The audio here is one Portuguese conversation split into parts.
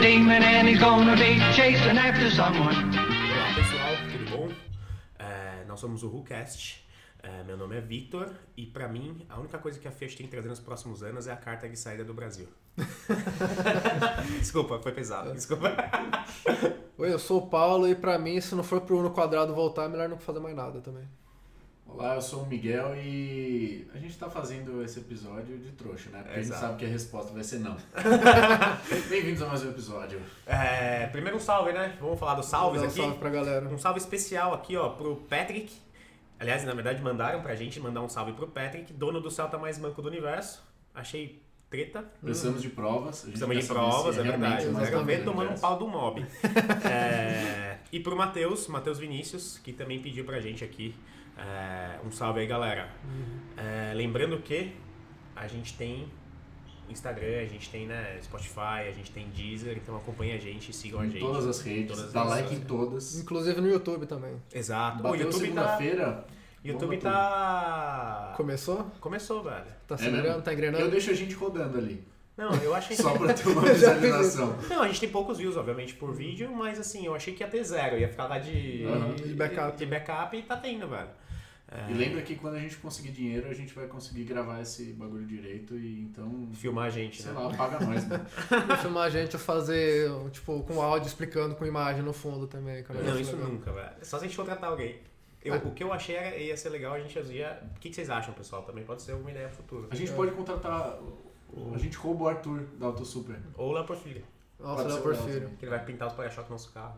demon and he's gonna be chasing after someone. Olá pessoal, tudo bom? É, nós somos o WhoCast. É, meu nome é Victor e pra mim a única coisa que a Fiat tem que trazer nos próximos anos é a carta de saída do Brasil. desculpa, foi pesado. Desculpa. Oi, eu sou o Paulo e pra mim, se não for pro Uno quadrado voltar, é melhor não fazer mais nada também. Olá, eu sou o Miguel e a gente tá fazendo esse episódio de trouxa, né? Porque Exato. a gente sabe que a resposta vai ser não. Bem-vindos a mais um episódio. É, primeiro um salve, né? Vamos falar dos salves Dá um aqui. salve pra galera. Um salve especial aqui, ó, pro Patrick. Aliás, na verdade, mandaram pra gente mandar um salve pro Patrick, dono do Celta mais banco do universo. Achei treta. Precisamos de provas. A gente Precisamos quer de saber provas, se é verdade. realmente Eu mais quero banco ver do tomando um universo. pau do mob. É, e pro Matheus, Matheus Vinícius, que também pediu pra gente aqui. é, um salve aí, galera. É, lembrando que a gente tem Instagram, a gente tem né, Spotify, a gente tem Deezer, então acompanha a gente, sigam a Então, Em gente. todas as redes, Todas dá as like redes. em todas. Inclusive no YouTube também. Exato. O Bateu YouTube tá. segunda-feira. YouTube bomba tá. Começou? Começou, velho. Tá É se engrenando? mesmo? Tá tudo. Eu engrenando? deixo a gente rodando ali, Não, eu achei. só pra ter uma Eu já fiz visualização. Não, a gente tem poucos views, obviamente, por vídeo, mas assim, eu achei que ia ter zero, ia ficar lá de, Aham. De backup. de backup e tá tendo, velho. É, E lembra que quando a gente conseguir dinheiro, a gente vai conseguir gravar esse bagulho direito e então, Filmar a gente, sei né? lá, paga nós, né? Vou filmar a gente eu fazer, tipo, com áudio explicando com imagem no fundo também. que é um Não, negócio isso legal. nunca, velho. Só se a gente contratar alguém. Eu- Ah. O que eu achei era, ia ser legal, a gente fazia. O que, que vocês acham, pessoal? Também pode ser uma ideia futura. A gente pode contratar. A gente rouba o Arthur da Auto Super. Ou lá por filho, Nossa, Pode Léo ser Porfírio. legal que ele vai pintar os para-choques do nosso carro.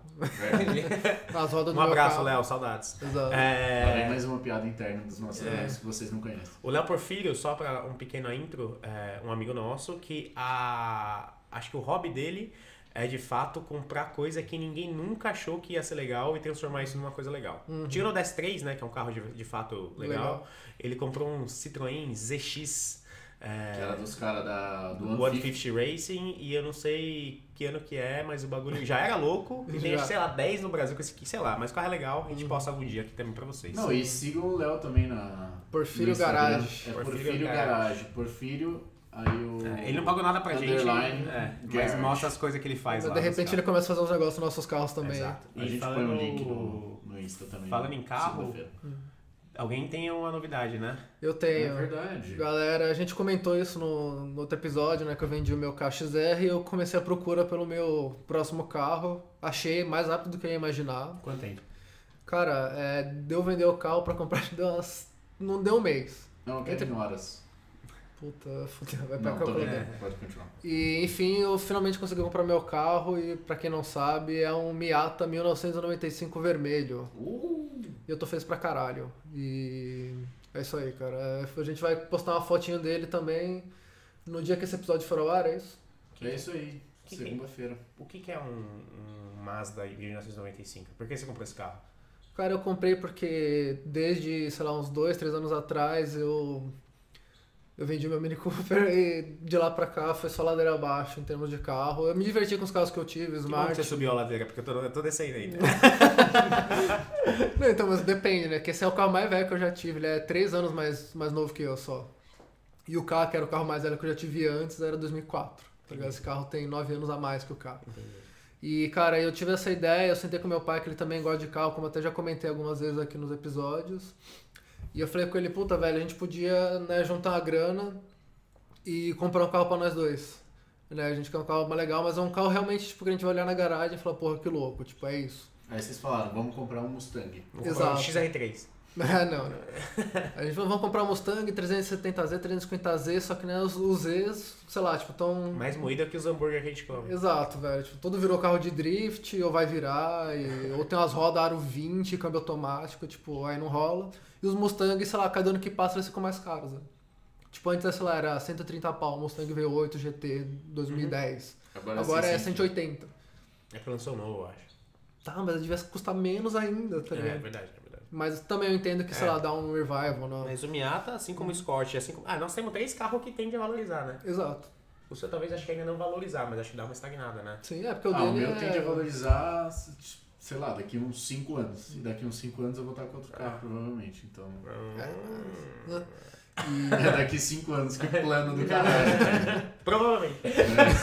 Nas rodas do um meu abraço, carro. Léo, saudades. Tá Exato. Olha aí, É, mais uma piada interna dos nossos amigos que vocês não conhecem. o Léo Porfírio, só pra um pequeno intro, é um amigo nosso, que a. Acho que o hobby dele é de fato comprar coisa que ninguém nunca achou que ia ser legal e transformar isso numa coisa legal. Tirando o DS3, né? Que é um carro de, de fato legal, Legal. ele comprou um Citroën ZX. é, Que era dos caras da, do O One Fifth. 150 Racing e eu não sei que ano que é, mas o bagulho já era louco. E tem, Já. sei lá, 10 no Brasil com esse aqui, sei lá, mas o carro é legal, a gente posta algum dia aqui também pra vocês. Não, e sigam o Léo também na. Porfírio no Instagram. Garage. É Porfírio Porfírio, Garage. Garage. Porfírio, aí o. É, ele não pagou nada pra gente, Underline, é, mas Garage. mostra as coisas que ele faz lá. De nos repente ele carros. começa a fazer uns negócios nos nossos carros também. Exato. A E gente põe falando- um link no, no Insta também. falando em carro, segunda-feira. Alguém tem uma novidade, né? Eu É tenho. verdade. Galera, a gente comentou isso no, no outro episódio, né? Que eu vendi o meu carro XR e eu comecei a procura pelo meu próximo carro. Achei mais rápido do que eu ia imaginar. Quanto tempo? Cara, é, deu vender o carro pra comprar deu umas- não deu um mês. Não, quero em horas. Puta, fudeu, vai É pra Não, tô calculadora. vendo. Pode continuar. E enfim, eu finalmente consegui comprar meu carro e pra quem não sabe, é um Miata 1995 vermelho. Uh, E eu tô feliz pra caralho. E é isso aí, cara. É, A gente vai postar uma fotinho dele também no dia que esse episódio for ao ar, é isso? é isso aí. que- Segunda-feira. O que, que é um, um Mazda de 1995? Por que você comprou esse carro? Cara, eu comprei porque desde, sei lá, uns dois, três anos atrás eu. Eu vendi meu Mini Cooper e de lá pra cá foi só ladeira abaixo em termos de carro. Eu me diverti com os carros que eu tive, Que bom que Smart. você subiu a ladeira, porque eu tô, eu tô descendo ainda. Não, então, mas depende, né? Que esse é o carro mais velho que eu já tive. Ele é três anos mais, mais novo que eu só. E o carro, que era o carro mais velho que eu já tive antes, era 2004. Tá ligado? Esse carro tem nove anos a mais que o carro. E, cara, eu tive essa ideia, eu sentei com meu pai, que ele também gosta de carro, como eu até já comentei algumas vezes aqui nos episódios. E eu falei com ele, puta, velho, a gente podia né, juntar uma grana e comprar um carro pra nós dois. Né? A gente quer um carro mais legal, mas é um carro realmente tipo, que a gente vai olhar na garagem e falar, porra, que louco, tipo, é isso. Aí vocês falaram, vamos comprar um Mustang. Vou comprar um Exato. XR3. Ah, não, não. A gente falou, vamos comprar um Mustang 370Z, 350Z, só que né, os, os Zs, sei lá, tipo, tão. Mais moída que os hambúrguer que a gente come. Exato, velho. Tipo, todo virou carro de drift, ou vai virar, e- ou tem umas rodas aro 20, câmbio automático, tipo, aí não rola. E os Mustang, sei lá, cada ano que passa eles ficam mais caros, né? Tipo, antes, sei lá, era 130 pau, Mustang V8 GT 2010. Uhum. Agora é né? 180. É que lançou novo, eu acho. Tá, mas devia custar menos ainda, tá É, é ligado? verdade, é verdade. Mas também eu entendo que, sei É. lá, dá um revival, não. Mas o Miata, assim como o Scott, assim como... Ah, nós temos três carros que tende a valorizar, né? Exato. O seu talvez acho que ainda não valorizar, mas acho que dá uma estagnada, né? Sim, é porque o Ah, o dele meu é... tende a valorizar, sei lá, daqui uns É. Hum. 5 anos. E daqui uns 5 anos eu vou estar com outro carro, provavelmente. Então. né? É daqui cinco anos que É. o plano do é caralho. Provavelmente.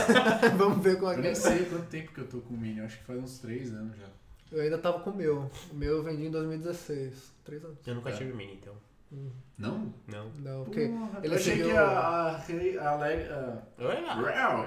Vamos ver como é Eu que nem é. sei quanto tempo que eu tô com o Minion, acho que faz uns três anos já. Eu ainda tava com o meu. O meu eu vendi em 2016. Três anos. Eu nunca É. tive mini, então. Não? Não. Não, porque Hum. Porra, ele Ah. eu achei recebeu... que a, a, re- a, le- a- Real.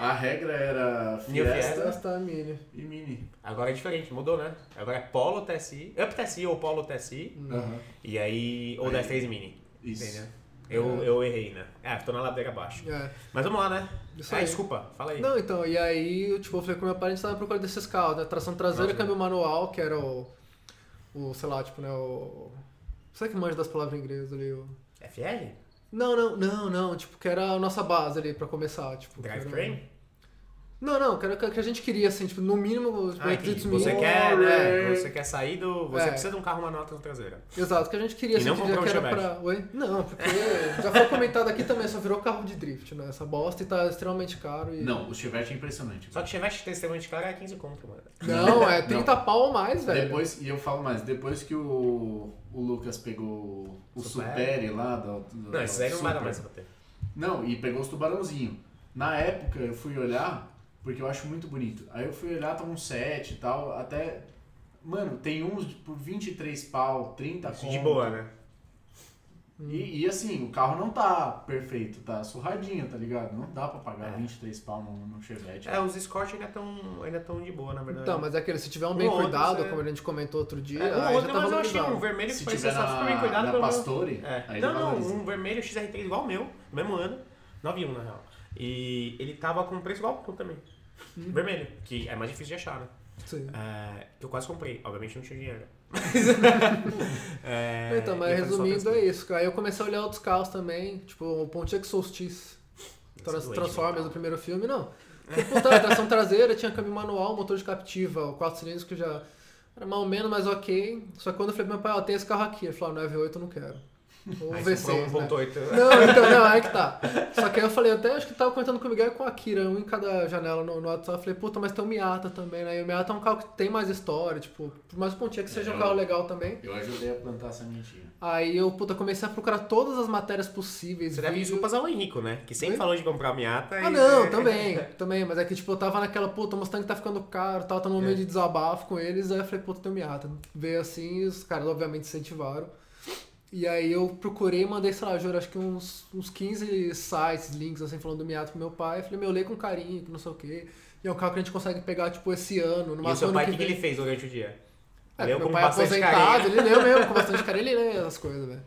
a regra era New Fiesta Esta mini. e Mini. Agora é diferente, mudou, né? Agora é Polo TSI, Up TSI ou Polo TSI, Aham. e aí. Ou Aí. 10-3 Mini. Isso. né? Entendeu? Eu, eu errei, né? Ah, tô na ladeira abaixo. É. Mas vamos lá, né? Isso Ah, aí. desculpa, fala aí. Não, então, e aí, eu, tipo, eu falei com meu pai, a gente tava na procura desses carros, né? Tração traseira, Nossa. câmbio manual, que era o... O, sei lá, tipo, né, o... Você que manja das palavras em inglês ali, o... FL? Não, não, não, não, tipo, que era a nossa base ali pra começar, tipo... que era- Drivetrain? Não, não, que era o que a gente queria, assim, tipo, no mínimo os Ah, entendi. requisitos você mínimos. quer, né? Boring. Você quer sair do. Você É. precisa de um carro manual na traseira. Exato, que a gente queria E não assim, já comprar um que era Chevette. pra. Oi? Não, porque já foi comentado aqui também, só virou carro de drift, né? Essa bosta e tá extremamente caro. E... Não, o Chevette é impressionante. Só que Chevette extremamente caro é 15 conto, mano. Não, é 30 pau ou mais, velho. Depois, e eu falo mais, depois que o, o Lucas pegou o Supere. Supere lá do, do- Não, isso aí não vai dar Super. mais pra ter. Não, e pegou os tubarãozinho. Na época eu fui olhar, porque eu acho muito bonito. Aí eu fui olhar, tava um 7 e tal, até. Mano, tem uns por 23 pau, 30 Isso de conto. boa, né? E, e assim, o carro não tá perfeito, tá surradinho, tá ligado? Não dá pra pagar 23 pau num, num Chevette. É, os Escort ainda estão ainda tão de boa, na verdade. Então, mas é aquele, se tiver um Um bem outro, cuidado, você- como a gente comentou outro É, dia, um aí outro, já tá mas eu achei um verde. vermelho que Se foi tiver sensacional, super bem na, cuidado na pelo meu. Pastore, É. aí Não, ele não, valoriza. um vermelho XR3 igual o meu, mesmo ano, 9.1 na real. E ele tava com preço igual o meu também. Hum. Vermelho, que é mais difícil de achar, né? Sim. É, que eu quase comprei, obviamente não tinha dinheiro. É, então, mas ia fazer só resumindo, três é isso. Aí eu comecei a olhar outros carros também, tipo o Pontiac Solstice. Esse Trans doente Transformers, mental. o primeiro filme, não. Fui, Puta, era tração traseira, tinha câmbio manual, motor de captiva, o 4 cilindros que já era mais ou menos, mas ok. Só que quando eu falei pro meu pai, ó, tem esse carro aqui. Ele falou, não, é V8 eu não quero. Ou Aí comprou um V6, né? 1.8. Não, então, não, aí que tá. Só que aí eu falei, até acho que tava comentando com o Miguel e com a Kira, um em cada janela no, no WhatsApp. Eu falei, puta, mas tem o Miata também, né? E o Miata é um carro que tem mais história, tipo, por mais pontinha que seja É. um eu- carro legal também. Eu ajudei a plantar a sementinha. Aí eu, puta, comecei a procurar todas as matérias possíveis. Você deve né? vídeo- desculpas ao Henrico, né? Que sempre Oi? falou de comprar a Miata Ah, e- não, também, também. Mas é que, tipo, eu tava naquela, puta, o Mustang tá ficando caro, tal, tá É. num momento de desabafo com eles. Aí eu falei, puta, tem um Miata. Veio assim, e os caras, obviamente, incentivaram. E aí eu procurei e mandei, sei lá, juro, acho que uns, uns 15 sites, links, assim, falando do Miata pro meu pai. Eu falei, meu, lê com carinho, que não sei o quê. E é um carro que a gente consegue pegar, tipo, esse ano, E numa o seu ano pai, o que que, que vem. ele fez durante o dia? É, Leu meu com pai é bastante aposentado, carinho. ele leu mesmo com bastante carinho, ele lê essas coisas, velho.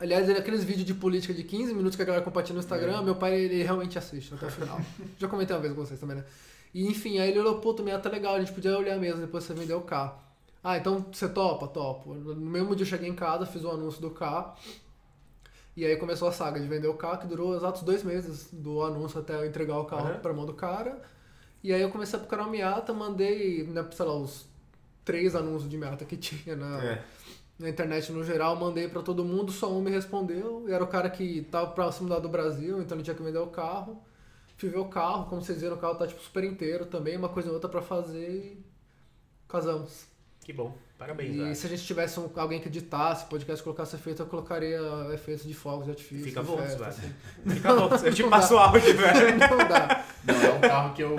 Aliás, ele- aqueles vídeos de política de 15 minutos que a galera compartilha no É. Instagram, meu pai ele realmente assiste até o final. Já comentei uma vez com vocês também, né? E enfim, aí ele olhou, puto, minha tá legal, a gente podia olhar mesmo, depois você vendeu o carro. Ah, então você topa, topo. No mesmo dia eu cheguei em casa, fiz o anúncio do carro. E aí começou a saga de vender o carro, que durou exatos dois meses do anúncio até eu entregar o carro Aham. pra mão do cara. E aí eu comecei a procurar o Miata, mandei, né, sei lá, os três anúncios de Miata que tinha na, É. na internet no geral, mandei pra todo mundo, só um me respondeu. E era o cara que tava próximo lá do Brasil, então ele tinha que vender o carro. Fui ver o carro, como vocês viram, o carro tá tipo super inteiro também, uma coisa ou outra pra fazer e casamos. Que bom, parabéns. E Zé. se a gente tivesse um- alguém que editasse, podcast colocasse efeito, eu colocaria efeitos de fogos de artifício. Fica de bom, festa, velho. assim. Fica bom, eu te Não passo o dá. áudio, velho. Não dá. Não, é um carro que eu.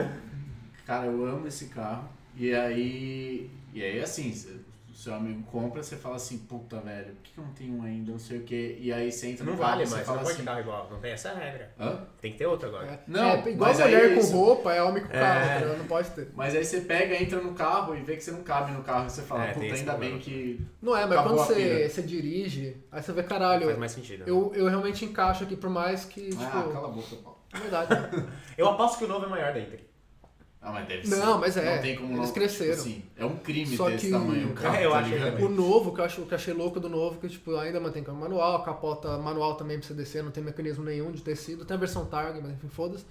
Cara, eu amo esse carro. E aí. E aí, assim, cê- o seu amigo compra, você fala assim, puta velho, por que que eu não tenho um ainda? Não sei o quê. E aí você entra Não no carro vale e você mais, fala não pode assim. dar igual, não tem essa regra. Hã? Tem que ter outra agora. É, Não, é igual mas aí mulher é com isso. roupa, é homem com É. carro, entendeu? não pode ter. Mas aí você pega, entra no carro e vê que você não cabe no carro. E você fala, É, tem puta, esse ainda problema. bem que. Não é, mas Acabou quando a você, pira. você dirige, aí você vê, caralho, Faz mais sentido. né? eu, eu realmente encaixo aqui, por mais que, tipo, Ah, cala a boca, Paulo. é verdade. né? Eu aposto que o novo é maior da Inter. Ah, mas deve ser. Não, mas é, Não tem como eles não. cresceram. Tipo assim, é um crime Só ter esse que- tamanho. o carro, É, eu tá acho ligado? também. o novo, que eu, acho, que eu achei louco do novo, que tipo, ainda mantém câmbio manual, capota manual também pra você descer, não tem mecanismo nenhum de tecido, tem a versão Targa, mas enfim, foda-se.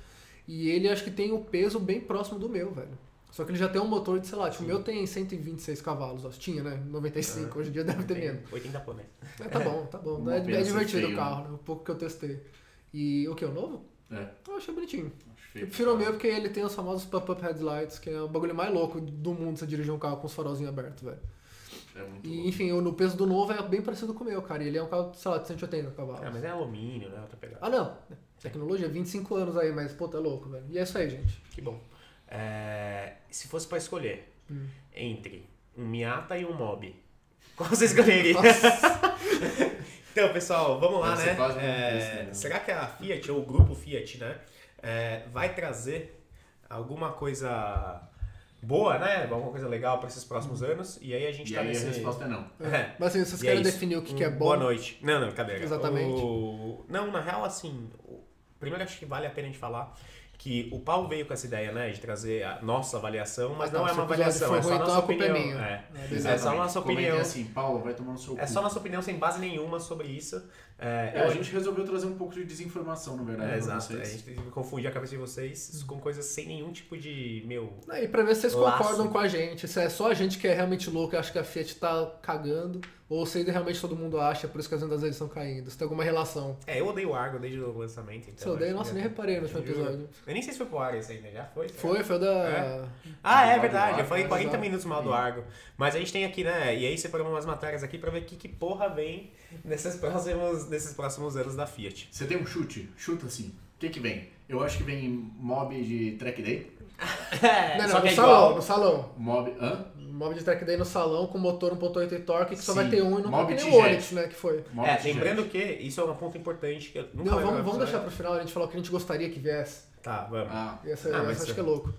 E ele acho que tem o peso bem próximo do meu, velho. Só que ele já tem um motor de, sei lá, tipo, o meu tem 126 cavalos, ó. Tinha, né? 95, hoje em dia deve ter menos. 80 pô, né? É, tá bom, tá bom. Ah, Uma É, é pena ser divertido o feio, carro, né? O pouco que eu testei. E o que? O novo? É, Eu achei bonitinho. acho Eu feio. prefiro o meu porque ele tem os famosos pop-up headlights, que é o bagulho mais louco do mundo você dirigir um carro com os farolzinhos abertos, velho. É muito E, louco. enfim, o- no peso do novo é bem parecido com o meu, cara. E ele é um carro, sei lá, de 180 cavalos. Ah, mas é alumínio, né? Outra pegada. Ah, não. Tecnologia, 25 anos aí, mas, pô, tá louco, velho. E é isso aí, gente. Que bom. É, se fosse pra escolher entre um Miata e um Mob, qual você escolheria? então, pessoal, vamos lá, Deve ser né? quase um É, preço, né? será que a Fiat, ou o grupo Fiat, né? é, vai trazer alguma coisa boa, né? Alguma coisa legal pra esses próximos anos? E aí a gente E tá aí nesse... a resposta é não. É. Mas assim, vocês E é querem isso. definir o que, Um que é bom? Boa noite. Não, não, cadê? Exatamente. O- Não, na real, assim, o- primeiro acho que vale a pena a gente falar que o Paulo veio com essa ideia, né, de trazer a nossa avaliação, mas Ah, não tá, é uma se o episódio avaliação, for é só ruim, nossa então a culpa é opinião. minha. É. É, É, beleza. só a nossa Comentem opinião. assim, Paulo, vai tomar no seu É cu. só nossa opinião sem base nenhuma sobre isso. É, É, eu a acho- gente né, resolveu trazer um pouco de desinformação, na verdade. é, pra exato. A vocês. gente confunde a cabeça de vocês com coisas sem nenhum tipo de, meu, Não, E pra ver se vocês Laço. concordam com a gente. Se é só a gente que é realmente louco e acha que a Fiat tá cagando. Ou se realmente todo mundo acha, por isso que as vendas deles estão caindo. Se tem alguma relação. É, eu odeio o Argo desde o lançamento. Então Se eu dei, acho que nossa, já- nem reparei no último Juro. episódio. Eu nem sei se foi pro ar esse ainda, já foi? Foi, foi o da. É. Ah, é verdade. Eu né? falei Exato. 40 minutos mal do Argo. Mas a gente tem aqui, né? E aí separamos umas matérias aqui pra ver que, que porra vem nesses próximos, nesses próximos anos da Fiat. Você tem um chute? Chuta assim. O que que vem? Eu acho que vem mob de track day. Não, Só não, que no é salão, igual. no salão. Mob... Hã? Mob de track day no salão com motor 1.8 e torque que só Sim. vai ter um e não Mob tem nem o T-Jet. Onix, né? Que foi. Mob é, de lembrando jet. que isso é um ponto importante que eu nunca né? É. Não, lembro vamos, do vamos deixar episódio. pro final a gente falar o que a gente gostaria que viesse. Tá, vamos. Ah, Essa, Ah, essa mas acho isso- que é louco.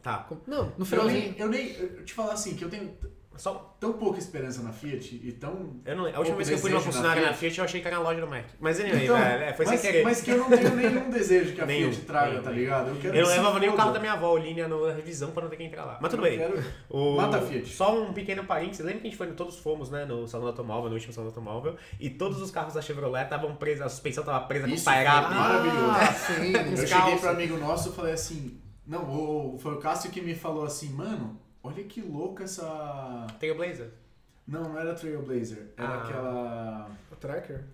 Tá. Não, no eu finalzinho. nem, eu nem... Eu te falar assim, que eu tenho t- Só. tão pouca esperança na Fiat e tão... Eu não lembro. A última Pouco vez que eu fui numa desejo na funcionária na Fiat. Fiat, eu achei que era na loja do Mac. Mas anyway, Então, velho, é, foi mas, sem querer. mas que eu não tenho nenhum desejo que a Nenhum, Fiat traga, nenhum, tá nenhum. ligado? Eu quero Eu não que se levava nem o foda. é, carro da minha avó, o Linha, na revisão pra não ter que entrar lá. Mas tudo bem. Eu quero- O- Mata a Fiat. Só um pequeno parênteses. Lembra que a gente foi, no- todos fomos, né, no salão do automóvel, no último salão do automóvel, e todos os carros da Chevrolet estavam presos, a suspensão estava presa Isso com Tairap. foi maravilhoso. Ah, sim. Os Eu cheguei calça. pro amigo nosso e falei assim. Não, o- foi o Cássio que me falou assim, mano, olha que louca essa. Trailblazer. Não, não era Trailblazer. Era Ah. aquela. O tracker?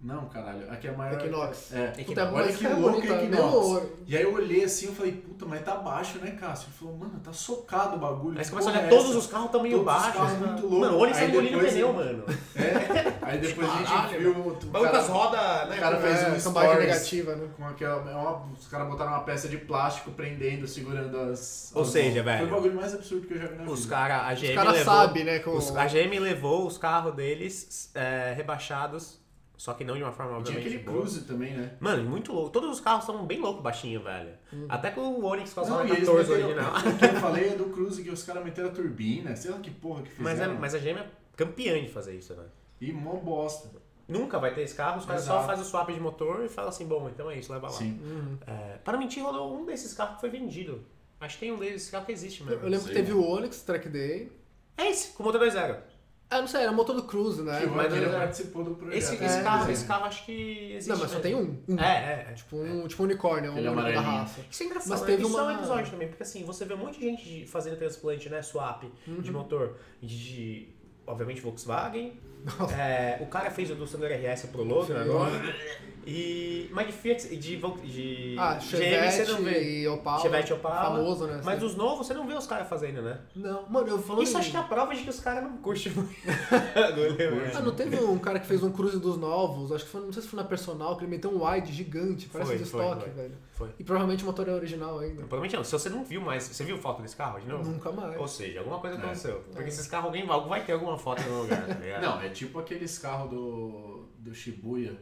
Não, Não, caralho. Aqui é a maior. Equinox. É. Ah, Equinox. Puta, Olha mas que cara louco bonita, a Equinox. mesmo né? ouro. E aí eu olhei assim e falei, puta, mas tá baixo, né, Cássio? Ele falou, mano, tá socado o bagulho. Aí que você começa a porra olhar, é todos essa? os carros estão meio Todos os baixos. carros né? muito loucos. Mano, olha isso Aí engolindo o depois- pneu, mano. É. Aí depois a gente Caralho. viu. O O bagulho com as cara, rodas, né? o cara fez É, um cambagem stories negativa, né? Com aquela, é uma- os caras botaram uma peça de plástico prendendo, segurando as. Ou as seja, mãos. velho, Foi o bagulho mais absurdo que eu já vi na Os vida. caras, a GM cara levou... sabe, né, que o- os- a GM levou os carros deles é, rebaixados, só que não de uma forma, Tinha obviamente, aquele boa. cruze também, né? Mano, muito louco. Todos os carros são bem louco baixinho, velho. Até com o Onix com a Uhum. Não, sala e eles 14 meteram, original. o que eu falei é do cruze que os caras meteram a turbina, sei lá que porra que Mas, é, fizeram. mas a GM é campeã de fazer isso, né? E mó bosta. Nunca vai ter esse carro, os caras só Exato. fazem o swap de motor e falam assim, bom, então é isso, leva lá. Sim. É, para não mentir, rolou um desses carros que foi vendido. Acho que tem um desses carros que existe Eu mesmo. eu lembro que Sei. teve o Onix track day. É esse, com motor 2.0. Ah, não sei, era o motor do Cruze, né? que o mas André é- participou do projeto. Esse, né? esse, carro, Desenho. esse carro acho que existe. É, Não, mas só tem mesmo. um. Um. É, é. é. Tipo, Tipo um, tipo um unicórnio, um Aquele único da amarelinho. raça. Isso é engraçado, Mas né? teve Isso uma- é um episódio também, porque assim, você vê um monte de gente de- fazendo transplante, né? Swap Uhum. de motor de, obviamente, Volkswagen. É, o cara fez o do Sandero RS pro Logan agora. E, mas de Fiat, e de, Vol- de Ah, GM você Chevette assim. não vê. e Opala. Chevette Opala. Famoso, né? Mas os novos você não vê os caras fazendo, né? Não, mano, eu falando... Isso acho que é a prova de que os caras não curtem muito. Agora, Ah, não teve um cara que fez um cruze dos novos, acho que foi, não sei se foi na personal, que ele meteu um wide gigante, parece Foi, de foi, estoque, foi. velho. Foi. E provavelmente o motor é original ainda. Provavelmente não. Se você não viu mais, você viu foto desse carro de novo? Nunca mais. Ou seja, alguma coisa É. aconteceu. Porque esses carros, alguém algo vai ter alguma foto em algum lugar, tá ligado? Não, é tipo aqueles carros do, do Shibuya.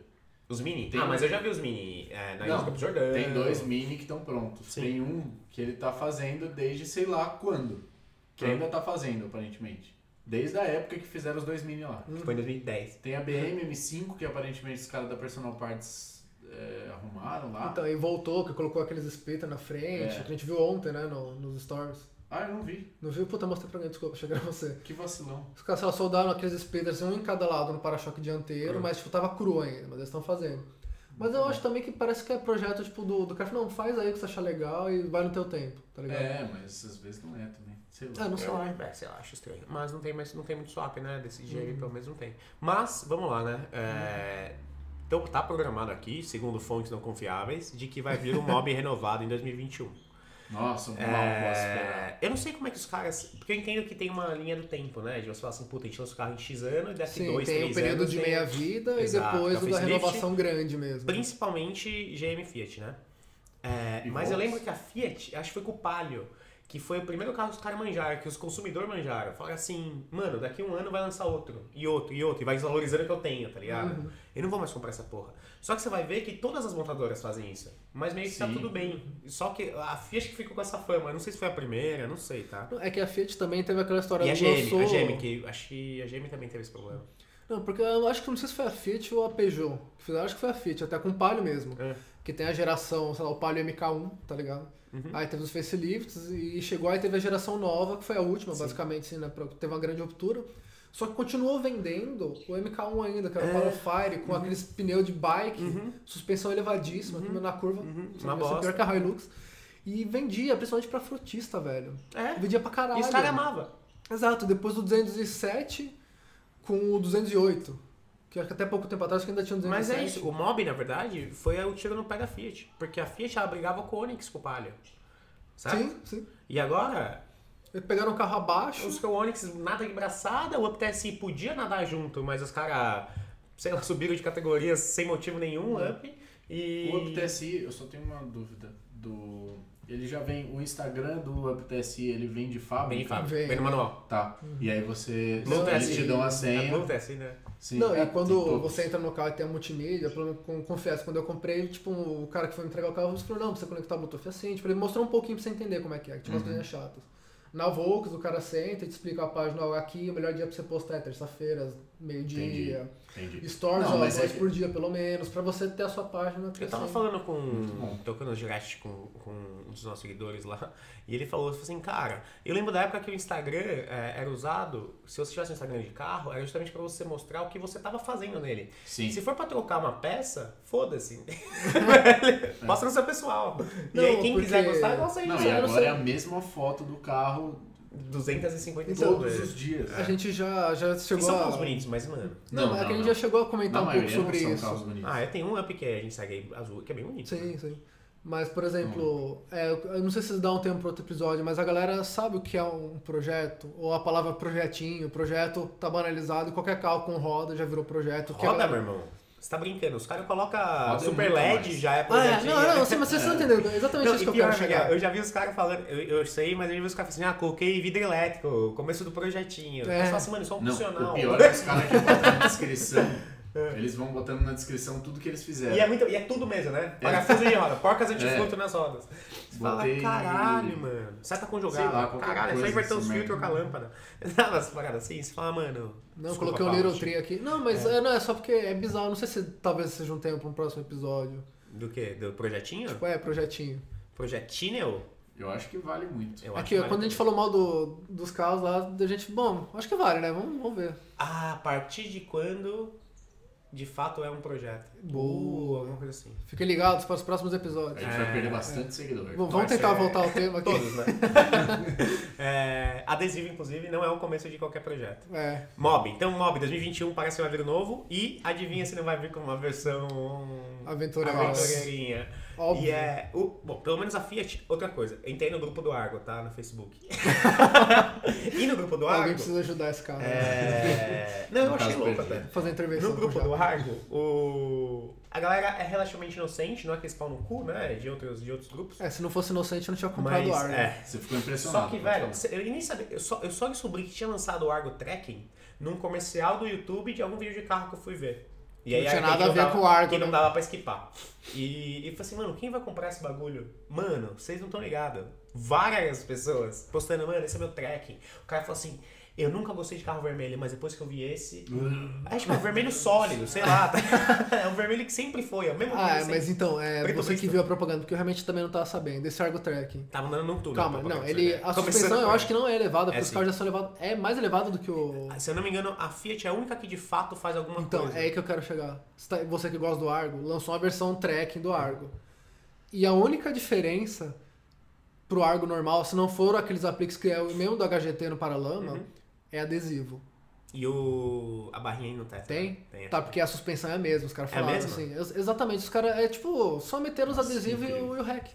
Os mini? Tem ah, um- mas eu já vi os mini é, na Não, Campos Jordão. Tem dois mini que estão prontos. Sim. Tem um que ele tá fazendo desde sei lá quando. Que Hum. ainda tá fazendo, aparentemente. Desde a época que fizeram os dois mini lá. Foi em 2010. Tem a BM M5, que aparentemente os caras da Personal Parts é, arrumaram lá. Então, e voltou, que colocou aqueles splitter na frente, É. que a gente viu ontem, né, no- nos stories. Ah, eu não vi. Não viu? Puta, mostrei pra mim, desculpa, chegaram você. Que vacilão. Os caras sei lá, soldaram aqueles splitters, um em cada lado no para-choque Hum. dianteiro, mas tipo, tava cru ainda, mas eles estão fazendo. Mas eu acho também que parece que é projeto tipo do, do cara, não, faz aí o que você achar legal e vai no teu tempo, tá ligado? É, mas às vezes não é também. Sei lá. Ah, não sei lá. É, sei lá, acho estranho. Mas não tem, mas não tem muito swap, né? Desse GM Uhum. pelo menos não tem. Mas, vamos lá, né? É, Então tá programado aqui, segundo fontes não confiáveis, de que vai vir um mob renovado em 2021. Nossa, mal posso esperar. É, eu não sei como é que os caras. Porque eu entendo que tem uma linha do tempo, né? De você falar assim, puta, a gente lança o carro em X anos e daqui Sim, dois, tem três o período anos de tem- meia-vida e Exato, depois da o da facelift. renovação grande mesmo. Principalmente GM Fiat, né? É, E mas eu Volks. lembro que a Fiat, acho que foi com o Palio, que foi o primeiro carro que os caras manjaram, que os consumidores manjaram. Falaram assim, mano, daqui um ano vai lançar outro, e outro, e outro, e vai desvalorizando o que eu tenho, tá ligado? Uhum. Eu não vou mais comprar essa porra. Só que você vai ver que todas as montadoras fazem isso. Mas meio que tá Sim. tudo bem. Só que a Fiat que ficou com essa fama, eu não sei se foi a primeira, não sei, tá? É que a Fiat também teve aquela história E a do GM, lançou- a GM, que acho que a GM também teve esse problema. Não, porque eu acho que não sei se foi a Fiat ou a Peugeot. que fizeram. acho que foi a Fiat, até com o Palio mesmo. É. Que tem a geração, sei lá, o Palio MK1, tá ligado? Uhum. Aí teve os facelifts e chegou aí teve a geração nova, que foi a última, basicamente, assim, né? pra- Teve uma grande ruptura. Só que continuou vendendo o MK1 ainda, É. que era o Palio Fire, Uhum. com aqueles pneus de bike, suspensão elevadíssima, na curva, sabe? Uma Esse Uhum. é bosta. pior que a Hilux. E vendia, principalmente pra frutista, velho. É. Vendia pra caralho. E os caras amavam. Exato, depois do 207 com o 208. Que acho que até pouco tempo atrás que ainda tinha o 207. Mas é isso, o Mob, na verdade, foi o tiro no pé da Fiat. Porque a Fiat ela brigava com o Onix com o Palio. Sabe? Sim, sim. E agora, Eles pegaram o carro abaixo. os que o Onix nada de braçada, o UpTSI podia nadar junto, mas os caras, sei lá, subiram de categoria sem motivo nenhum, Uhum. Up. E. O UpTSI, eu só tenho uma dúvida. Do... Ele já vem, o Instagram do UpTSI, ele vem de fábrica? Bem, Fábio, Vem. bem no manual. Tá. E aí você. Não eles desce. te dão a É senha. novo TSI, né? Sim, não, é, e quando tem todos. você entra no carro e tem a multimídia, pelo menos, com- confesso, quando eu comprei, tipo, o cara que foi me entregar o carro ele falou, não, precisa conectar o Bluetooth assim, tipo, ele mostrou um pouquinho pra você entender como é que é, que tinha Uhum. umas coisinhas chatas. Na Volks, o cara senta e te explica a página, ó, aqui, o melhor dia pra você postar é terça-feira, meio-dia. Entendi. Stories, Não, ó, mas duas é que- por dia, pelo menos, pra você ter a sua página. Eu tava assim. falando com. bom. tocando no direct com, com um dos nossos seguidores lá. E ele falou falou assim, cara, eu lembro da época que o Instagram eh, era usado, se você tivesse um Instagram de carro, era justamente pra você mostrar o que você tava fazendo nele. Sim. Se for pra trocar uma peça, foda-se. Mostra no seu pessoal. Não, e aí quem porque- quiser gostar, gosta aí. É. Não, Não, e eu não sei. agora é a mesma foto do carro 250 e Então, todos os poucos. dias. A gente já, já E chegou é. são a... carros bonitos, mas mano. Não, é que a gente já chegou a comentar Na um pouco maioria sobre não são isso. carros bonitos. Ah, é, tem um up que a gente segue azul, que é bem bonito. né? Sim, sim. Mas, por exemplo, é, eu não sei se dá um tempo para outro episódio, mas a galera sabe o que é um projeto, ou a palavra projetinho, projeto tá banalizado, qualquer carro com roda já virou projeto. que é a Roda, é galera- meu irmão. Você tá brincando. Os caras colocam é super muito LED, mais. já é Ah, é, projetinho. não, não, sim, mas vocês estão entendendo, é exatamente Não, e isso que eu pior, quero chegar. Miguel, eu já vi os caras falando, eu, eu sei, mas eu já vi os caras falando assim, ah, coloquei vidro elétrico, começo do projetinho. É. É. Só assim, mano, só um Não, funcional. o pior é os caras que botam na descrição. É. Eles vão botando na descrição tudo que eles fizeram. E é, muito, e é tudo mesmo, né? Parafuso de roda, porcas antifruto nas rodas. Você fala, É. Botei- caralho, mano. Seta conjugada. Sei lá, qualquer caralho, é só coisa inverter os desse fios e trocar a lâmpada. Sabe as paradas assim? Você fala, mano. Não, desculpa, coloquei um Paulo, Little Tree aqui. Não, mas é. não, é só porque é bizarro, não sei se talvez seja um tempo para um próximo episódio. Do que? Do projetinho? Ué, é projetinho. Projetinho? Eu acho que vale muito. Eu acho Aqui, que é ó, vale quando a tudo. gente falou mal do- dos carros lá, a gente, bom, acho que vale, né? Vamos, vamos ver. Ah, a partir de quando de fato é um projeto. Boa. Ou alguma coisa assim. Fiquem ligados para os próximos A episódios. gente vai perder bastante seguidor. Bom, vamos Vai tentar ser- voltar ao tema aqui. Todos, né? É, adesivo, inclusive, não é o começo de qualquer projeto. É. Mob, então Mob 2021 parece que vai vir o novo e adivinha se não vai vir com uma versão Aventura é aventureirinha. Óbvio. E é. o- bom, pelo menos a Fiat, outra coisa, entrei no grupo do Argo, tá? No Facebook. e no grupo do Alguém Argo. precisa ajudar esse cara. né? é, Não, eu No achei caso, louco perdido. até. Fazer intervenção. No grupo com o do Japa. Argo, o... a galera é relativamente inocente, não é que eles pau no cu, né? De outros, de outros grupos. É, se não fosse inocente, eu não tinha mas, comprado o né? Argo. é. Você ficou impressionado. Só que, pode velho, falar. eu nem sabia. Eu só, eu só descobri que tinha lançado o Argo Trekking num comercial do YouTube de algum vídeo de carro que eu fui ver. E Não aí tinha era nada que a ver não com dava- o Argo, Que não né? dava pra esquipar. E, e falei assim, mano, quem vai comprar esse bagulho? Mano, vocês não estão ligados. Várias pessoas postando, mano, esse é meu trekking. O cara falou assim. Eu nunca gostei de carro vermelho, mas depois que eu vi esse. Aí, tipo, é um vermelho sólido, sei lá. tá? É um vermelho que sempre foi, é o mesmo Ah, é, vermelho mas sempre. então, é, Preto você que Cristo. viu a propaganda, porque eu realmente também não tava sabendo. Esse Argo Trek. Tava andando num túnel. Calma, pra não, poder ele, fazer. a tá né? Começando suspensão eu por- acho que não é elevada, porque É, os sim. carros já são elevados. É mais elevado do que o. Se eu não me engano, a Fiat é a única que de fato faz alguma Então, coisa. é aí que eu quero chegar. Você tá- Você que gosta do Argo, lançou uma versão trekking do Argo. E a única diferença pro Argo normal, se não for aqueles apliques que é o mesmo do HGT no paralama, é adesivo. E o. a barrinha aí no teto. Tem? né? Tem. Tá, porque a suspensão é a mesma, os caras É falaram mesmo? assim. Ex- Exatamente, os caras é tipo, só meteram os adesivos e o, incrível. e o hack.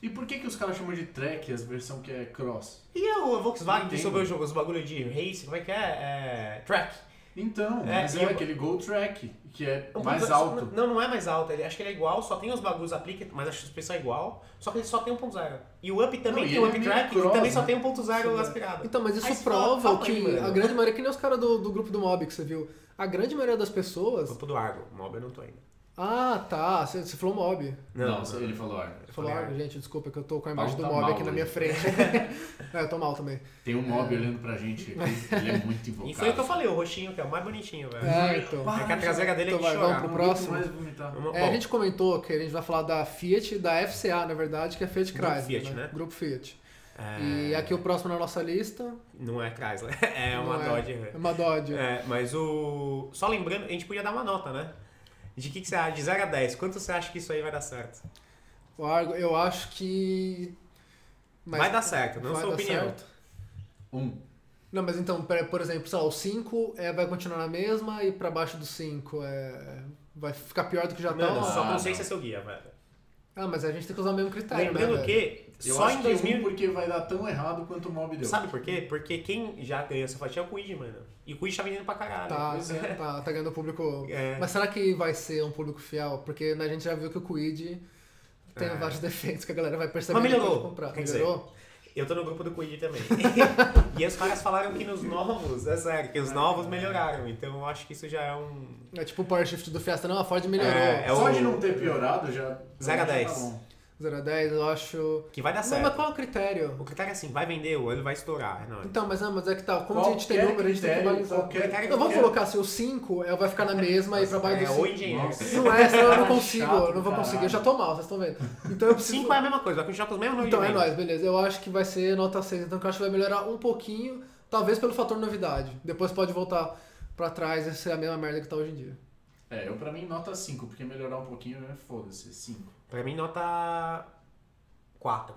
E por que, que os caras chamam de track as versão que é cross? E a o Volkswagen que Entendo. sobrou o jogo, os bagulho de race, como é que é? É, Track. Então, É, mas é e eu- aquele Go Track, que é Um mais ponto- alto. Não, não é mais alto, ele, acho que ele é igual, só tem os bagulhos aplica, mas a suspensão é igual, só que ele só tem 1.0. E o Up também Não, e tem o ele é Up meio Track, cross, que também só né? tem 1.0 aspirado. Então, mas isso Aí você fala, prova calma que aí, mano. a grande maioria, que nem os caras do, do grupo do Mob que você viu, a grande maioria das pessoas. Grupo do Argo, Mob eu não tô ainda. Ah, tá, você, você falou Mob. ele falou, olha, Você falou, Falei ah, Argo. gente, desculpa que eu tô com a imagem Paulo do tá Mob mal aqui na minha hoje. frente. é, eu tô mal também. tem um mob olhando pra gente aqui, ele é muito invocado. E foi o que eu falei, o roxinho, que é o mais bonitinho, velho. É, então. É que a traseira dele é Então de vai, chorar. vamos pro Não aguento próximo. mais vomitar. Vamos- É, bom, a gente comentou que a gente vai falar da Fiat, da FCA, na verdade, que é Fiat Grupo Chrysler. Fiat, né? Grupo Fiat. é, E aqui o próximo na nossa lista. Não é Chrysler, é não uma Dodge. É uma Dodge. É, mas o. Só lembrando, a gente podia dar uma nota, né? De que, que você acha? De 0 a 10, quanto você acha que isso aí vai dar certo? O Argo, eu acho que. mas- vai dar certo, não vai sua dar opinião. certo. Um. Não, mas então, pra- por exemplo, sei lá, o 5 é, vai continuar na mesma e pra baixo do 5 é, vai ficar pior do que já Mano, tá. só não. consciência é seu guia, velho. Ah, mas a gente tem que usar o mesmo critério, lembrando né? velho? que Eu só acho em que um 2000. porque vai dar tão errado quanto o mob deu. Sabe por quê? Porque quem já ganhou essa fatia é o Quid, mano. E o Quid tá vendendo pra caralho. Tá, Pois é. tá, tá ganhando público. É. Mas será que vai ser um público fiel? Porque né, a gente já viu que o Quid tem É. vários defeitos que a galera vai perceber Mas melhorou, depois de comprar. quer dizer. melhorou? Eu tô no grupo do Quid também. e os caras falaram que nos novos, é sério, que os Ah, novos melhoraram. Então eu acho que isso já é um. É tipo o Power Shift do Fiesta. Não, a Ford melhorou. É, é Só o- de não ter piorado já. Zero a já tá dez. bom. 0 a 10, eu acho. Que vai dar Não, Tá certo. mas qual é o critério? O critério é assim, vai vender, o olho vai estourar. é nóis. Então, mas, não, mas é que tal, como a gente tem Qualquer número, a gente tem que critério, balizar. qualquer Então critério. vamos colocar se o 5 é, vai ficar na mesma e pra baixo é, do o 5. engenheiro. Nossa. Não é, senão eu não Chato, consigo, eu não vou caralho. conseguir. Eu já tô mal, vocês estão vendo. Então eu preciso. 5 é a mesma coisa, vai continuar com os mesmos Então números. é de nóis, venda. beleza. Eu acho que vai ser nota 6, então que eu acho que vai melhorar um pouquinho, talvez pelo fator novidade. Depois pode voltar pra trás e ser a mesma merda que tá hoje em dia. É, eu pra mim nota 5, porque melhorar um pouquinho é foda-se, 5. Pra mim, nota 4.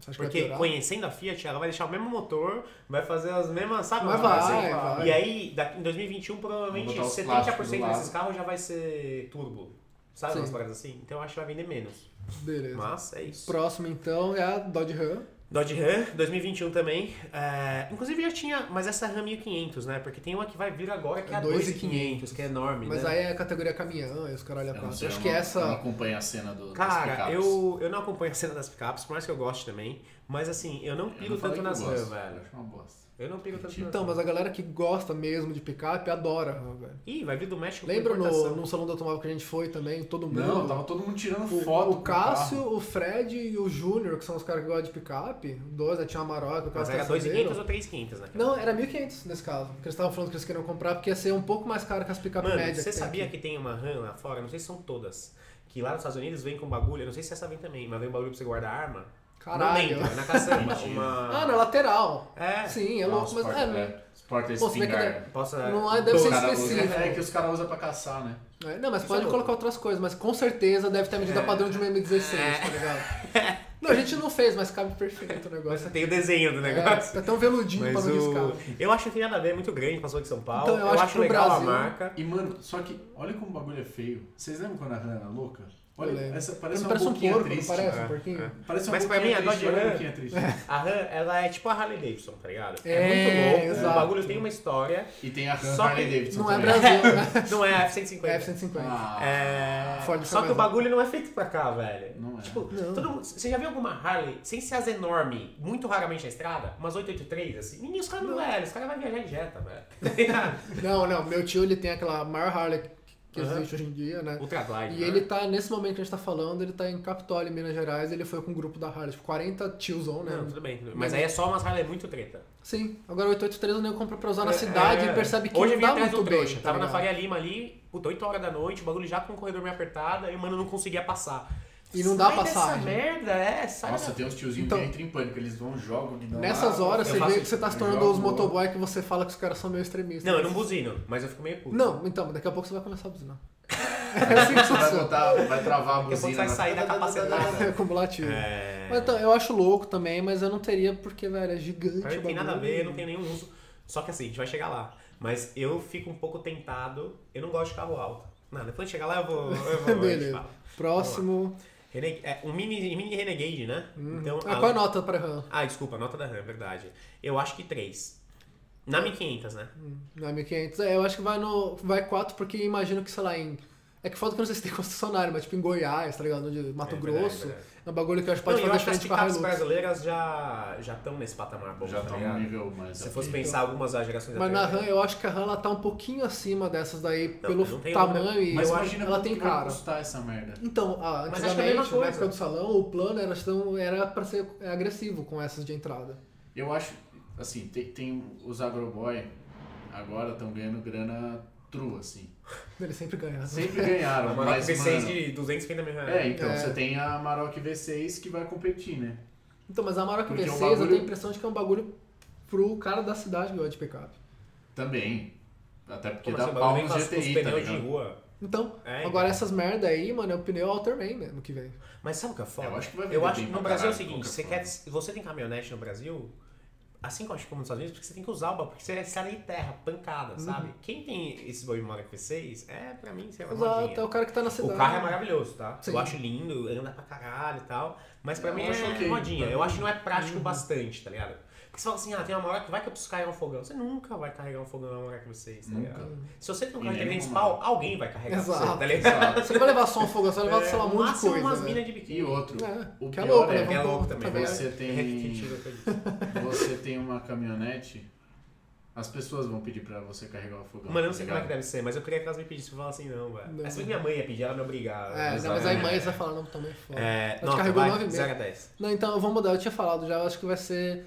Você acha que Porque vai piorar? conhecendo a Fiat, ela vai deixar o mesmo motor, vai fazer as mesmas, sabe? Mas Ela vai, fazer- vai. E aí, daqui, em 2021, Vou provavelmente botar os 70% plásticos do desses lado. carros já vai ser turbo. Sabe Sim. umas paradas assim? Então eu acho que vai vender menos. Beleza. Mas é isso. Próximo então é a Dodge Ram. Dodge Ram, 2021 também. É, inclusive já tinha, mas essa Ram 1500, né? Porque tem uma que vai vir agora que é a 2500, 2.500, que é enorme, Mas né? aí é a categoria caminhão e os caralho a Eu não quatro. sei, Eu acho eu que não- eu Não essa. acompanha a cena do. das Cara, picapes. eu, eu não acompanho a cena das picapes, por mais que eu goste também. Mas assim, eu não Eu não piro falei tanto que nas eu Ram, gosto, Eu velho. acho uma bosta. Eu não piro tanto nas Então, Ram. mas a galera que gosta mesmo de picape adora Ram, velho. Ih, vai vir do México com Lembra no, importação. no salão do automóvel que a gente foi também, todo mundo? Não, tava todo mundo tirando O, foto. o com Cássio, carro. o Fred e o Júnior, que são os caras que gostam de picape, dois, né, tinha uma Maroca, o Mas Cássio tá era Caçadeiro. 2.500 ou 3.500 naquela. Não, era 1.500 nesse caso, porque eles estavam falando que eles queriam comprar porque ia ser um pouco mais caro que as picape Mano, médias. você que tem sabia aqui. que tem uma RAM lá fora? Não sei se são todas. Que lá nos Estados Unidos vem com bagulho, eu não sei se essa vem também, mas vem um bagulho pra você guardar arma. Caralho. Não lembro, é na caçamba. uma... Ah, na lateral. É. Sim, é Ah, louco, os mas porta- é, é, os porta Pô, se bem que espingarda. Possa... Não é- deve Os ser cara usa- específico. É que os caras usam pra caçar, né? não é- Não, mas Isso é pode louco. colocar outras coisas, mas com certeza deve ter a medida É. padrão de um M16, tá ligado? Não, a gente não fez, mas cabe perfeito o negócio. Tem o desenho do negócio. É, tá tão veludinho pra Mas não o... riscar. Eu acho que tem nada a ver, é muito grande, passou de São Paulo. Então, eu acho que pro legal Brasil- a marca. E, mano, só que olha como o bagulho é feio. Vocês lembram quando a Hannah era louca? Eu Olha, lembro. essa Mas parece uma parece um boquinha porco, não triste. parece? é, Um porquinho? é. Parece uma Mas pra boquinha mim, a Dodge triste, olha a Ram- boquinha triste. A RAM, ela é tipo a Harley Davidson, tá ligado? É, muito louco, exato. o bagulho tem uma história. E tem a Han Só Harley que Davidson Não é também. Brasil, né? Não é a F-150. É F-150. Ah, É, Ford só que Fiesta. o bagulho não é feito pra cá, velho. Não é. Tipo, Não. todo mundo- você já viu alguma Harley, sem ser as enormes, muito raramente na estrada? Umas 883, assim? Ninguém, os caras não, velho. Os caras vão viajar em jeta, velho. Tá ligado? Não, não, meu tio ele tem aquela maior Harley que Aham. existe hoje em dia, né? Ultra glide. E né? ele tá, nesse momento que a gente tá falando, ele tá em Capitólio, Minas Gerais, ele foi com um grupo da Harley, tipo, 40 tiozão, né? Não, tudo bem. tudo bem. Mas aí é só umas Harley muito treta. Sim, agora o 883 o nego compra pra usar na cidade É, e percebe que Hoje eu não vim dá atrás muito do bem. trouxa. tá Tava na ligado? Faria Lima ali, puta, 8 horas da noite, o bagulho já com o corredor meio apertado, aí o mano não conseguia passar. E não dá Sai dessa passagem. merda, é, sai Nossa, da- tem uns tiozinhos Então- que entram em pânico, eles vão, jogam, que dão Nessas lá, horas eu você faço vê que isso. você tá se Eu tornando jogo os bola. motoboy que você fala que os caras são meio extremistas. né? Não, eu não buzino, mas eu fico meio puto. Não, então, daqui a pouco você vai começar a buzinar. É assim que Você vai funciona. botar, vai travar a Daqui a pouco buzina. você vai né? sair da capacetada. É acumulativo. É. Mas então, eu acho louco também, mas eu não teria porque, velho, é gigante. Pra mim o não tem nada a bagulho. ver, não tem nenhum uso. Só que assim, a gente vai chegar lá. Mas eu fico um pouco tentado. Eu não gosto de carro alto. Não, depois de chegar lá eu vou. Eu vou a gente Beleza. fala. Próximo. Rene- é, um mini, mini Renegade, né? Então, Ah, qual é a nota pra RAM? Ah, desculpa, a nota da RAM, é verdade. Eu acho que 3. Na 1500, né? Na 1500, é, eu acho que vai no. Vai 4, porque imagino que, sei lá, em. É que foda que eu não sei se tem concessionário, mas tipo em Goiás, tá ligado? Onde Mato É verdade, Grosso. verdade. É um bagulho que eu acho que Não, pode eu fazer acho que as frente com a picapes Hilux. brasileiras já estão nesse patamar bom, Já tá tá ligado? um nível mais. Se fosse ok. pensar algumas das gerações Mas na atrás, RAM, né? eu acho que a RAM ela tá um pouquinho acima dessas daí, pelo não tem tamanho outra. e Mas eu acho que imagina ela quanto tem que vai cara. custar essa merda. Então, ah, Mas acho que é a mesma antigamente, na coisa. época do salão, o plano era, então, era pra ser é, agressivo com essas de entrada. Eu acho, assim, tem, tem os agroboy agora estão ganhando grana true, assim. Ele sempre ganha. Sempre ganharam, Uma nota mas, V6 mano... de 250 mil reais. É, então, É. você tem a Maroc V6 que vai competir, né? Então, mas a Maroc Porque é um V6, eu bagulho- tenho a impressão de que é um bagulho pro cara da cidade que gosta de picape. Também. Até porque Como dá um assim, o pau bagulho vem no com os GTI, tá pneus de ligado? rua. Então, É, agora essas merda aí, mano, é o pneu all-terrain mesmo que vem. Mas sabe o que é foda? Eu acho que vai Eu vender acho bem que no pra Brasil é o caralho, de seguinte, qualquer você, forma. quer, se você tem caminhonete no Brasil, assim como, acho que como nos Estados Unidos, porque você tem que usar o bagulho, porque você é sala de terra, pancada, Uhum. sabe? Quem tem esse bagulho Maroc V6, é pra mim, sei lá, Exato, é modinha. o cara que tá na cidade. O carro é maravilhoso, tá? Sim. Eu acho lindo, anda pra caralho e tal. Mas pra Eu mim acho é ok. modinha. Eu acho que não é prático Uhum. bastante, tá ligado? Porque você fala assim, ah, tem uma hora que vai que eu preciso carregar um fogão. Você nunca vai carregar um fogão na hora que vocês, tá Nunca. ligado? Se você tem um E carro de nem 300 arrumar. pau, alguém vai carregar pra Exato. você, tá ligado? Você não vai levar só um fogão, você vai levar, É, sei lá, um monte de máximo coisa. umas né? minas de biquíni. E outro, É, o que é pior louco, é, né? É louco também, Também. você Que tem, tira pra isso. você tem uma caminhonete, as pessoas vão pedir pra você carregar o fogão. Mano, eu não tá sei como é que ligado? deve ser, mas eu queria que elas me pedissem. Eu falar assim, não, velho. Não. né? Assim que minha mãe ia pedir, ela me obrigava. É, não, mas aí mãe vai falar, não, também foda. né? É, Ela nota, carregou vai, nove meses. 0 a 10. Não, então eu vou mudar, eu tinha falado já, eu acho que vai ser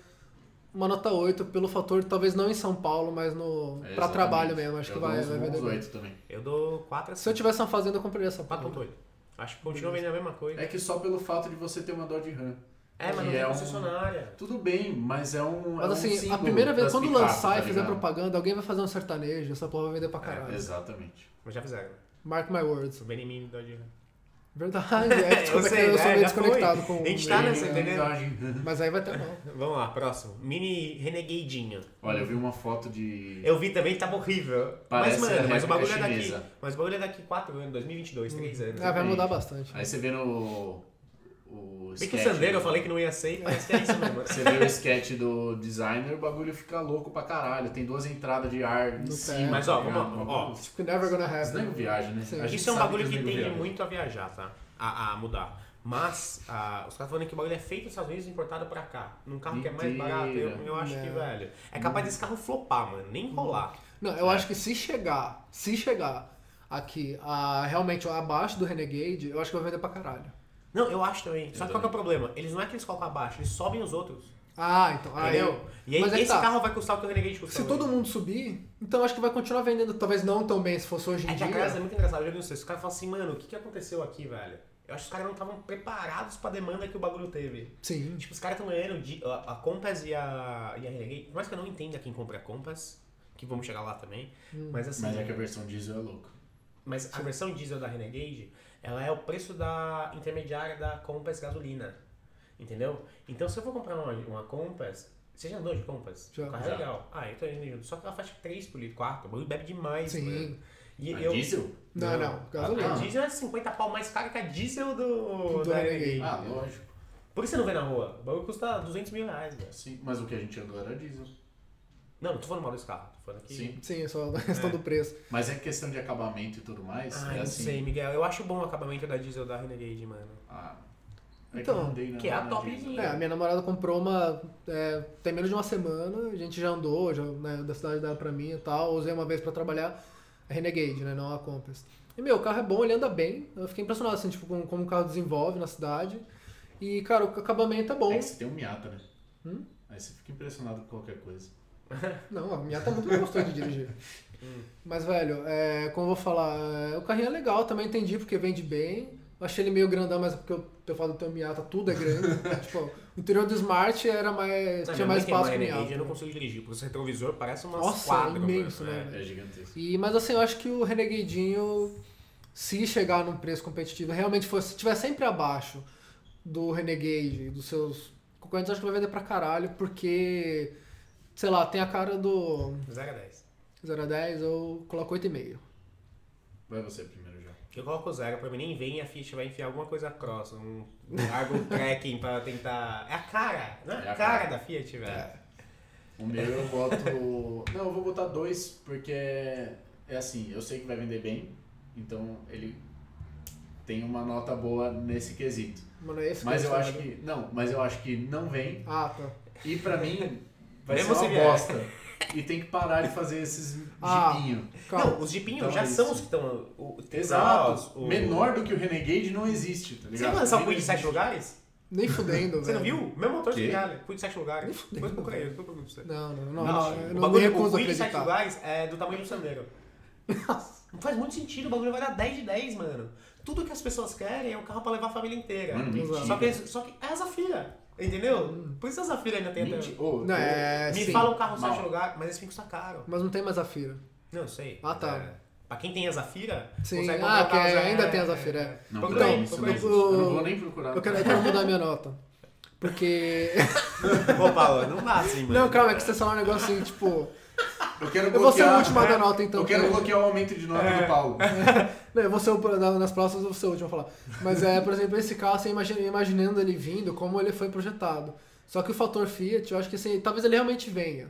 uma nota 8 pelo fator, talvez não em São Paulo, mas no É, pra exatamente. trabalho mesmo, acho Eu que dou vai, uns vai bons vender. bem. oito também. Eu dou 4 a 5. Se eu tivesse uma fazenda, eu compraria essa porra. 4.8. Acho que continua vendo a mesma coisa. É que só pelo fato de você ter uma Dodge Ram. É, mas que não tem é um- concessionária. Tudo bem, mas é um. é Mas um assim, a símbolo primeira vez, das quando picapes, lançar e tá fizer ligado? propaganda, alguém vai fazer um sertanejo, essa porra vai vender pra caralho. É, exatamente. Mas já fizeram. Mark my words. O Benimini Dodge Ram. Verdade, é, Eu desculpa, é que sei, eu sou né? meio Já foi. desconectado com A gente tá o- nessa, né? entendeu? um Dodge. Mas aí vai ter não. Vamos lá, próximo. Mini Renegadinho. Olha, eu vi uma foto de. Eu vi também, tava horrível. Parece mas, mano, a mas o bagulho é réplica daqui. chinesa. Mas o bagulho é daqui 4 anos, 2022, 3 anos. Ah, vai bem. mudar bastante. Aí você vê no. O Bem que o sketch Sandero do- eu falei que não ia ser, e parece que é isso mesmo. Você vê o sketch do designer, o bagulho fica louco pra caralho. Tem duas entradas de ar em No cima. pé. Mas ó, tá ligado? vamos lá, Um ó. bagulho- Tipo, never gonna Os nego happen. viajam, né? Sim. A gente Isso é um sabe bagulho os que nego tende viajam. muito a viajar, tá? A, a mudar. Mas, ah, os caras falando que o bagulho é feito nos Estados Unidos e importado pra cá. Num carro que é mais Mentira. barato, eu, eu acho que, Não. velho. É capaz desse carro flopar, mano. Nem rolar. Não, É. eu acho que se chegar, se chegar aqui a, realmente abaixo do Renegade, eu acho que vai vender pra caralho. Não, eu acho também. Só que qual que é o problema? Eles não é que eles colocam abaixo, eles sobem os outros. Ah, então. Aí, entendeu? E aí mas é que esse tá. carro vai custar o que o Renegade custa. Se hoje. todo mundo subir, então eu acho que vai continuar vendendo, talvez não tão bem se fosse hoje em É que dia. a casa é muito engraçada, eu já vi isso. Os caras falam assim, mano, o que, que aconteceu aqui, velho? Eu acho que os caras não estavam preparados pra demanda que o bagulho teve. Sim. Tipo, os caras estão ganhando de, a, a Compass e a, e a Renegade. Por mais que eu não entenda quem compra a Compass, que vamos chegar lá também. Hum. Mas assim, Mas é que a versão diesel é louca. mas a versão diesel da Renegade, ela é o preço da intermediária da Compass gasolina. Entendeu? Então se eu vou comprar uma, uma Compass. Você já andou de Compass? Já. O carro é Já. legal. Ah, então eu junto. Só que ela faz 3 por litro, 4. O bagulho bebe demais, Sim. mano. E A eu- diesel? Ah, tá. Não, não, gasolina. A, a diesel é 50 pau mais cara que a diesel do, Do da Renegade. Renegade. Ah, lógico. Por que você não vê na rua? O bagulho custa 200 mil reais, velho. Sim, assim, mas o que a gente andou era diesel. Não, não tô falando mal desse carro. Tô falando que... Sim. Sim, é só a questão do preço. Mas é questão de acabamento e tudo mais. Ah, é não assim. sei, Miguel. Eu acho bom o acabamento da diesel da Renegade, mano. Ah, é que Então, eu andei na- que é a na top diesel. linha. É, a minha namorada comprou uma. é, tem menos de uma semana, a gente já andou, já, né, da cidade dela pra mim e tal. Usei uma vez pra trabalhar a Renegade, né? Não a Compass. E meu, o carro é bom, ele anda bem. Eu fiquei impressionado, assim, tipo, com como o carro desenvolve na cidade. E, cara, o acabamento é bom. É que você tem um Miata, né? Hum? Aí você fica impressionado com qualquer coisa. Não, a Miata é muito gostoso de dirigir. Mas, velho, é, como eu vou falar, é, o carrinho é legal, também entendi porque vende bem. Eu achei ele meio grandão, mas é porque eu, eu falo do teu Miata, tudo é grande. tipo, o interior do Smart era mais, Não, minha tinha mãe mais tem uma espaço que o Renegade, Miata. Eu não consigo dirigir, porque o retrovisor parece umas Nossa, quadras. é imenso, mano. né? É gigantesco. E, mas assim, eu acho que o Renegadinho, se chegar num preço competitivo, realmente fosse, se tiver sempre abaixo do Renegade e dos seus concorrentes, eu acho que vai vender pra caralho, porque, sei lá, tem a cara do 0 a 10. 0 a 10, eu coloco 8,5. Vai você primeiro já. Eu coloco zero, pra mim nem vem e a ficha vai enfiar alguma coisa cross, um largo tracking pra tentar. É a cara, não é, É a a cara cara. da Fiat, velho. É, O meu eu boto. Não, eu vou botar dois, porque é assim, eu sei que vai vender bem, então ele tem uma nota boa nesse quesito. Mano, é esse Mas que eu acho quero. que. Não, mas eu acho que não vem. Ah, tá. E pra mim, vai Mesmo ser se uma vier. bosta. E tem que parar de fazer esses Ah. gibinhos. Calma. Não, os jipinhos Então já é são isso. os que estão. o- tem lá os- Exato. o- Menor do que o Renegade não existe, tá Você ligado? viu lançar o Ele Queen de não 7 existe. lugares? Nem fudendo, velho. Você não viu? Mesmo motor de Quê? galha. Queen de 7 lugares. fudendo, Depois procura aí, depois procura pra você. Não, não, não. Não, eu o não me bagulho, recuso o a Queen de 7 acreditar. lugares é do tamanho do Sandero. Não faz muito sentido, o bagulho vai dar 10 de 10, mano. Tudo que as pessoas querem é um carro pra levar a família inteira. Mano, mentira. só, que, só que é a Zafira, entendeu? Por isso a Zafira ainda tem até... Mentira. Ô, Não, ô, Hum. é, Me sim. fala um carro 7 Mal. lugares, mas esse fim custa caro. Mas não tem mais a Fira. Não, eu sei. Ah, tá. É, pra quem tem a Zafira, Sim. consegue Ah, comprar o que carro já- ainda tem a Zafira, é. Não, Procura pra aí, mim isso não procura aí. existe. Eu não vou nem procurar. Eu quero, eu quero mudar minha nota. Porque. Ô, Paulo, não dá assim, mano. Não, calma, é que você falou um negócio assim, tipo. Eu quero Eu vou ser o bloquear- né? último a dar nota, então. Eu quero porque- bloquear o aumento de nota É. do Paulo. Não, eu vou ser o, na- nas próximas eu vou ser o último a falar. Mas é, por exemplo, esse carro, assim, imagina- imaginando ele vindo, como ele foi projetado. Só que o fator Fiat, eu acho que assim, talvez ele realmente venha.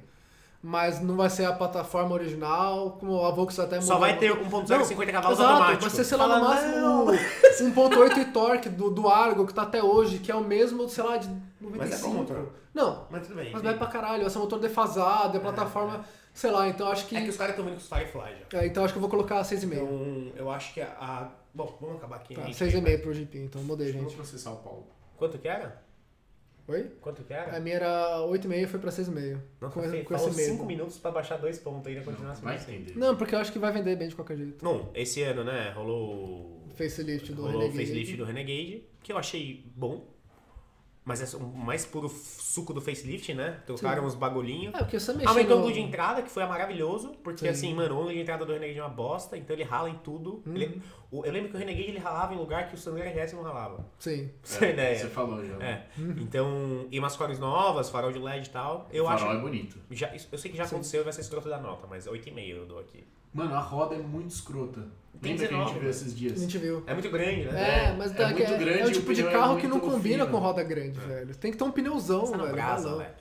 Mas não vai ser a plataforma original, como a Volkswagen até Só mudou. vai ter 1.0 50 cavalos exato, automático. Vai ser, sei lá, no Fala, não. é máximo 1.8 e torque do, do Argo, que tá até hoje, que é o mesmo, sei lá, de 95. Mas é bom o motor. Não, Mas tudo bem. mas enfim. vai pra caralho, esse é um motor defasado, é plataforma, sei lá, então acho que... É que os caras estão vindo com os Firefly já. É, então acho que eu vou colocar 6,5. Então, eu acho que a... a- Bom, vamos acabar aqui. Tá, né? 6,5 pro GP, então mudei, Vamos gente. processar o Paulo. Quanto que era? Oi? Quanto que A era? minha era 8,5, foi pra 6,5. É. Não, É, tá Com, falei, com faltam esse mesmo. 5 minutos pra baixar dois pontos ainda continuar Não, assim. vai entender. Não, porque eu acho que vai vender bem de qualquer jeito. Não, esse ano, né, rolou... Facelift do rolou o Renegade. facelift do Renegade, que eu achei bom. Mas é o mais puro f- suco do facelift, né? Trocaram uns bagulhinhos. É, porque você mexeu Aumentou o no... ângulo então de entrada, que foi maravilhoso, porque Sim. assim, mano, o ângulo de entrada do Renegade é uma bosta, então ele rala em tudo. Uhum. Ele- o- eu lembro que o Renegade ele ralava em lugar que o Sandero RS não ralava. Pra Sim. você ter É, ideia. Você falou já. É. Então, e umas cores novas, farol de LED e tal. Eu o farol é acho. bonito. Já, isso- eu sei que já aconteceu, vai ser escroto da nota, mas 8,5 eu dou aqui. Mano, a roda é muito escrota. Tem né? Lembra que a 19, gente viu esses A dias? gente viu. É muito grande, né? É, mas tá, muito é, grande é o e o tipo de pneu é carro que não muito combina fino. com roda grande, velho. Tem que ter um pneuzão, Você não velho. brasa, balão. velho.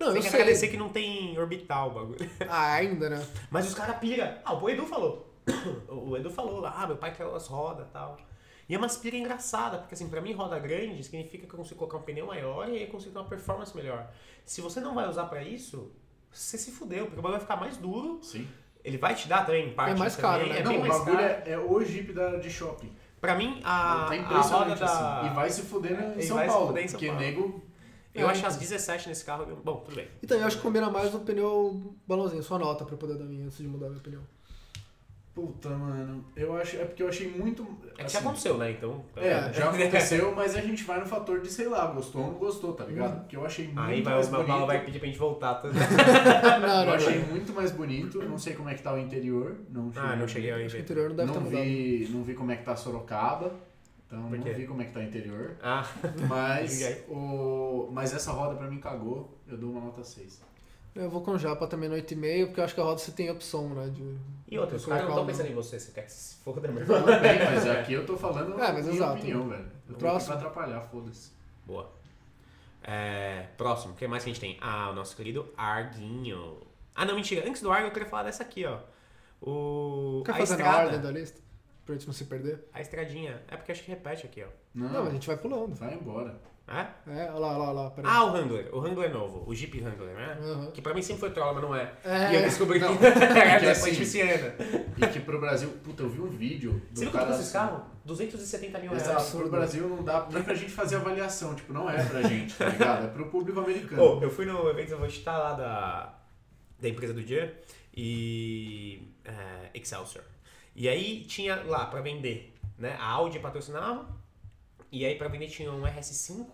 Não, Tem eu que sei. agradecer que não tem orbital o bagulho. Ah, ainda, né? Mas os caras pira. Ah, o Edu falou. O Edu falou lá, ah, meu pai quer as rodas e tal. E é uma pira engraçada, porque assim, pra mim roda grande significa que eu consigo colocar um pneu maior e aí eu consigo ter uma performance melhor. Se você não vai usar pra isso, você se fudeu, porque o bagulho vai ficar mais duro. Sim. Ele vai te dar também, em parte. mais também, caro, né? É não, bem o mais bagulho caro. é, é o Jeep da, de shopping. Pra mim, a, tá a roda impressionante da... É, assim. E vai se fuder em E São vai se Paulo. fuder em São porque Paulo. nego. Eu É. acho as 17 nesse carro... eu- Bom, tudo bem. Então, eu acho que combina mais o pneu balãozinho. Só nota pra eu poder dar minha antes de mudar meu pneu. Puta, mano. Eu acho. É porque eu achei muito. É que assim, já aconteceu, né? Então... É, já aconteceu, mas a gente vai no fator de, sei lá, gostou ou não gostou, tá ligado? Porque eu achei muito Aí vai, mais o bonito. Paulo vai pedir pra gente voltar. tá? não, não, Eu não. achei muito mais bonito. Não sei como é que tá o interior. Não cheguei. ah, a não ver. cheguei ao Acho que o evento. interior não deve ter não mudado. vi, não vi como é que tá Sorocaba. Então Por não quê? vi como é que tá o interior. Ah, Mas, E aí? o, mas essa roda pra mim cagou. Eu dou uma nota 6. Eu vou com japa também no 8,5, porque eu acho que a roda você tem opção, né? De... e outra, os Colocar caras não estão um- pensando em você, você quer que se foda né? mesmo. Tudo bem, mas aqui eu tô falando É, mas minha exato. opinião, velho. Eu tô aqui Próximo. pra atrapalhar, foda-se. Boa. É, próximo, o que mais que a gente tem? Ah, o nosso querido Arguinho. Ah, não, mentira. Antes do Argo, eu queria falar dessa aqui, ó. O... Quer a fazer estrada. na ordem da lista? Pra gente não se perder? A estradinha. É porque acho que repete aqui, ó. Não, Não, mas a gente vai pulando. vai embora. É? É, olha lá, olha lá, olha lá. Peraí. Ah, o Wrangler. O Wrangler novo. O Jeep Wrangler, né? Aham. Que pra mim sempre foi trola, mas não é. É. E eu descobri Não, que é porque depois assim- de Você E que pro Brasil, puta, eu vi um vídeo do viu quanto cara custa esse assim- carro? 270 mil reais. Exato, pro Brasil não dá nem pra gente fazer avaliação, tipo, não é pra gente, tá ligado? É pro público americano. Pô, eu fui no evento, eu vou citar lá da, da empresa do dia e. é, Excelsior. E aí tinha lá pra vender, né? A Audi patrocinava, e aí pra vender tinha um RS5,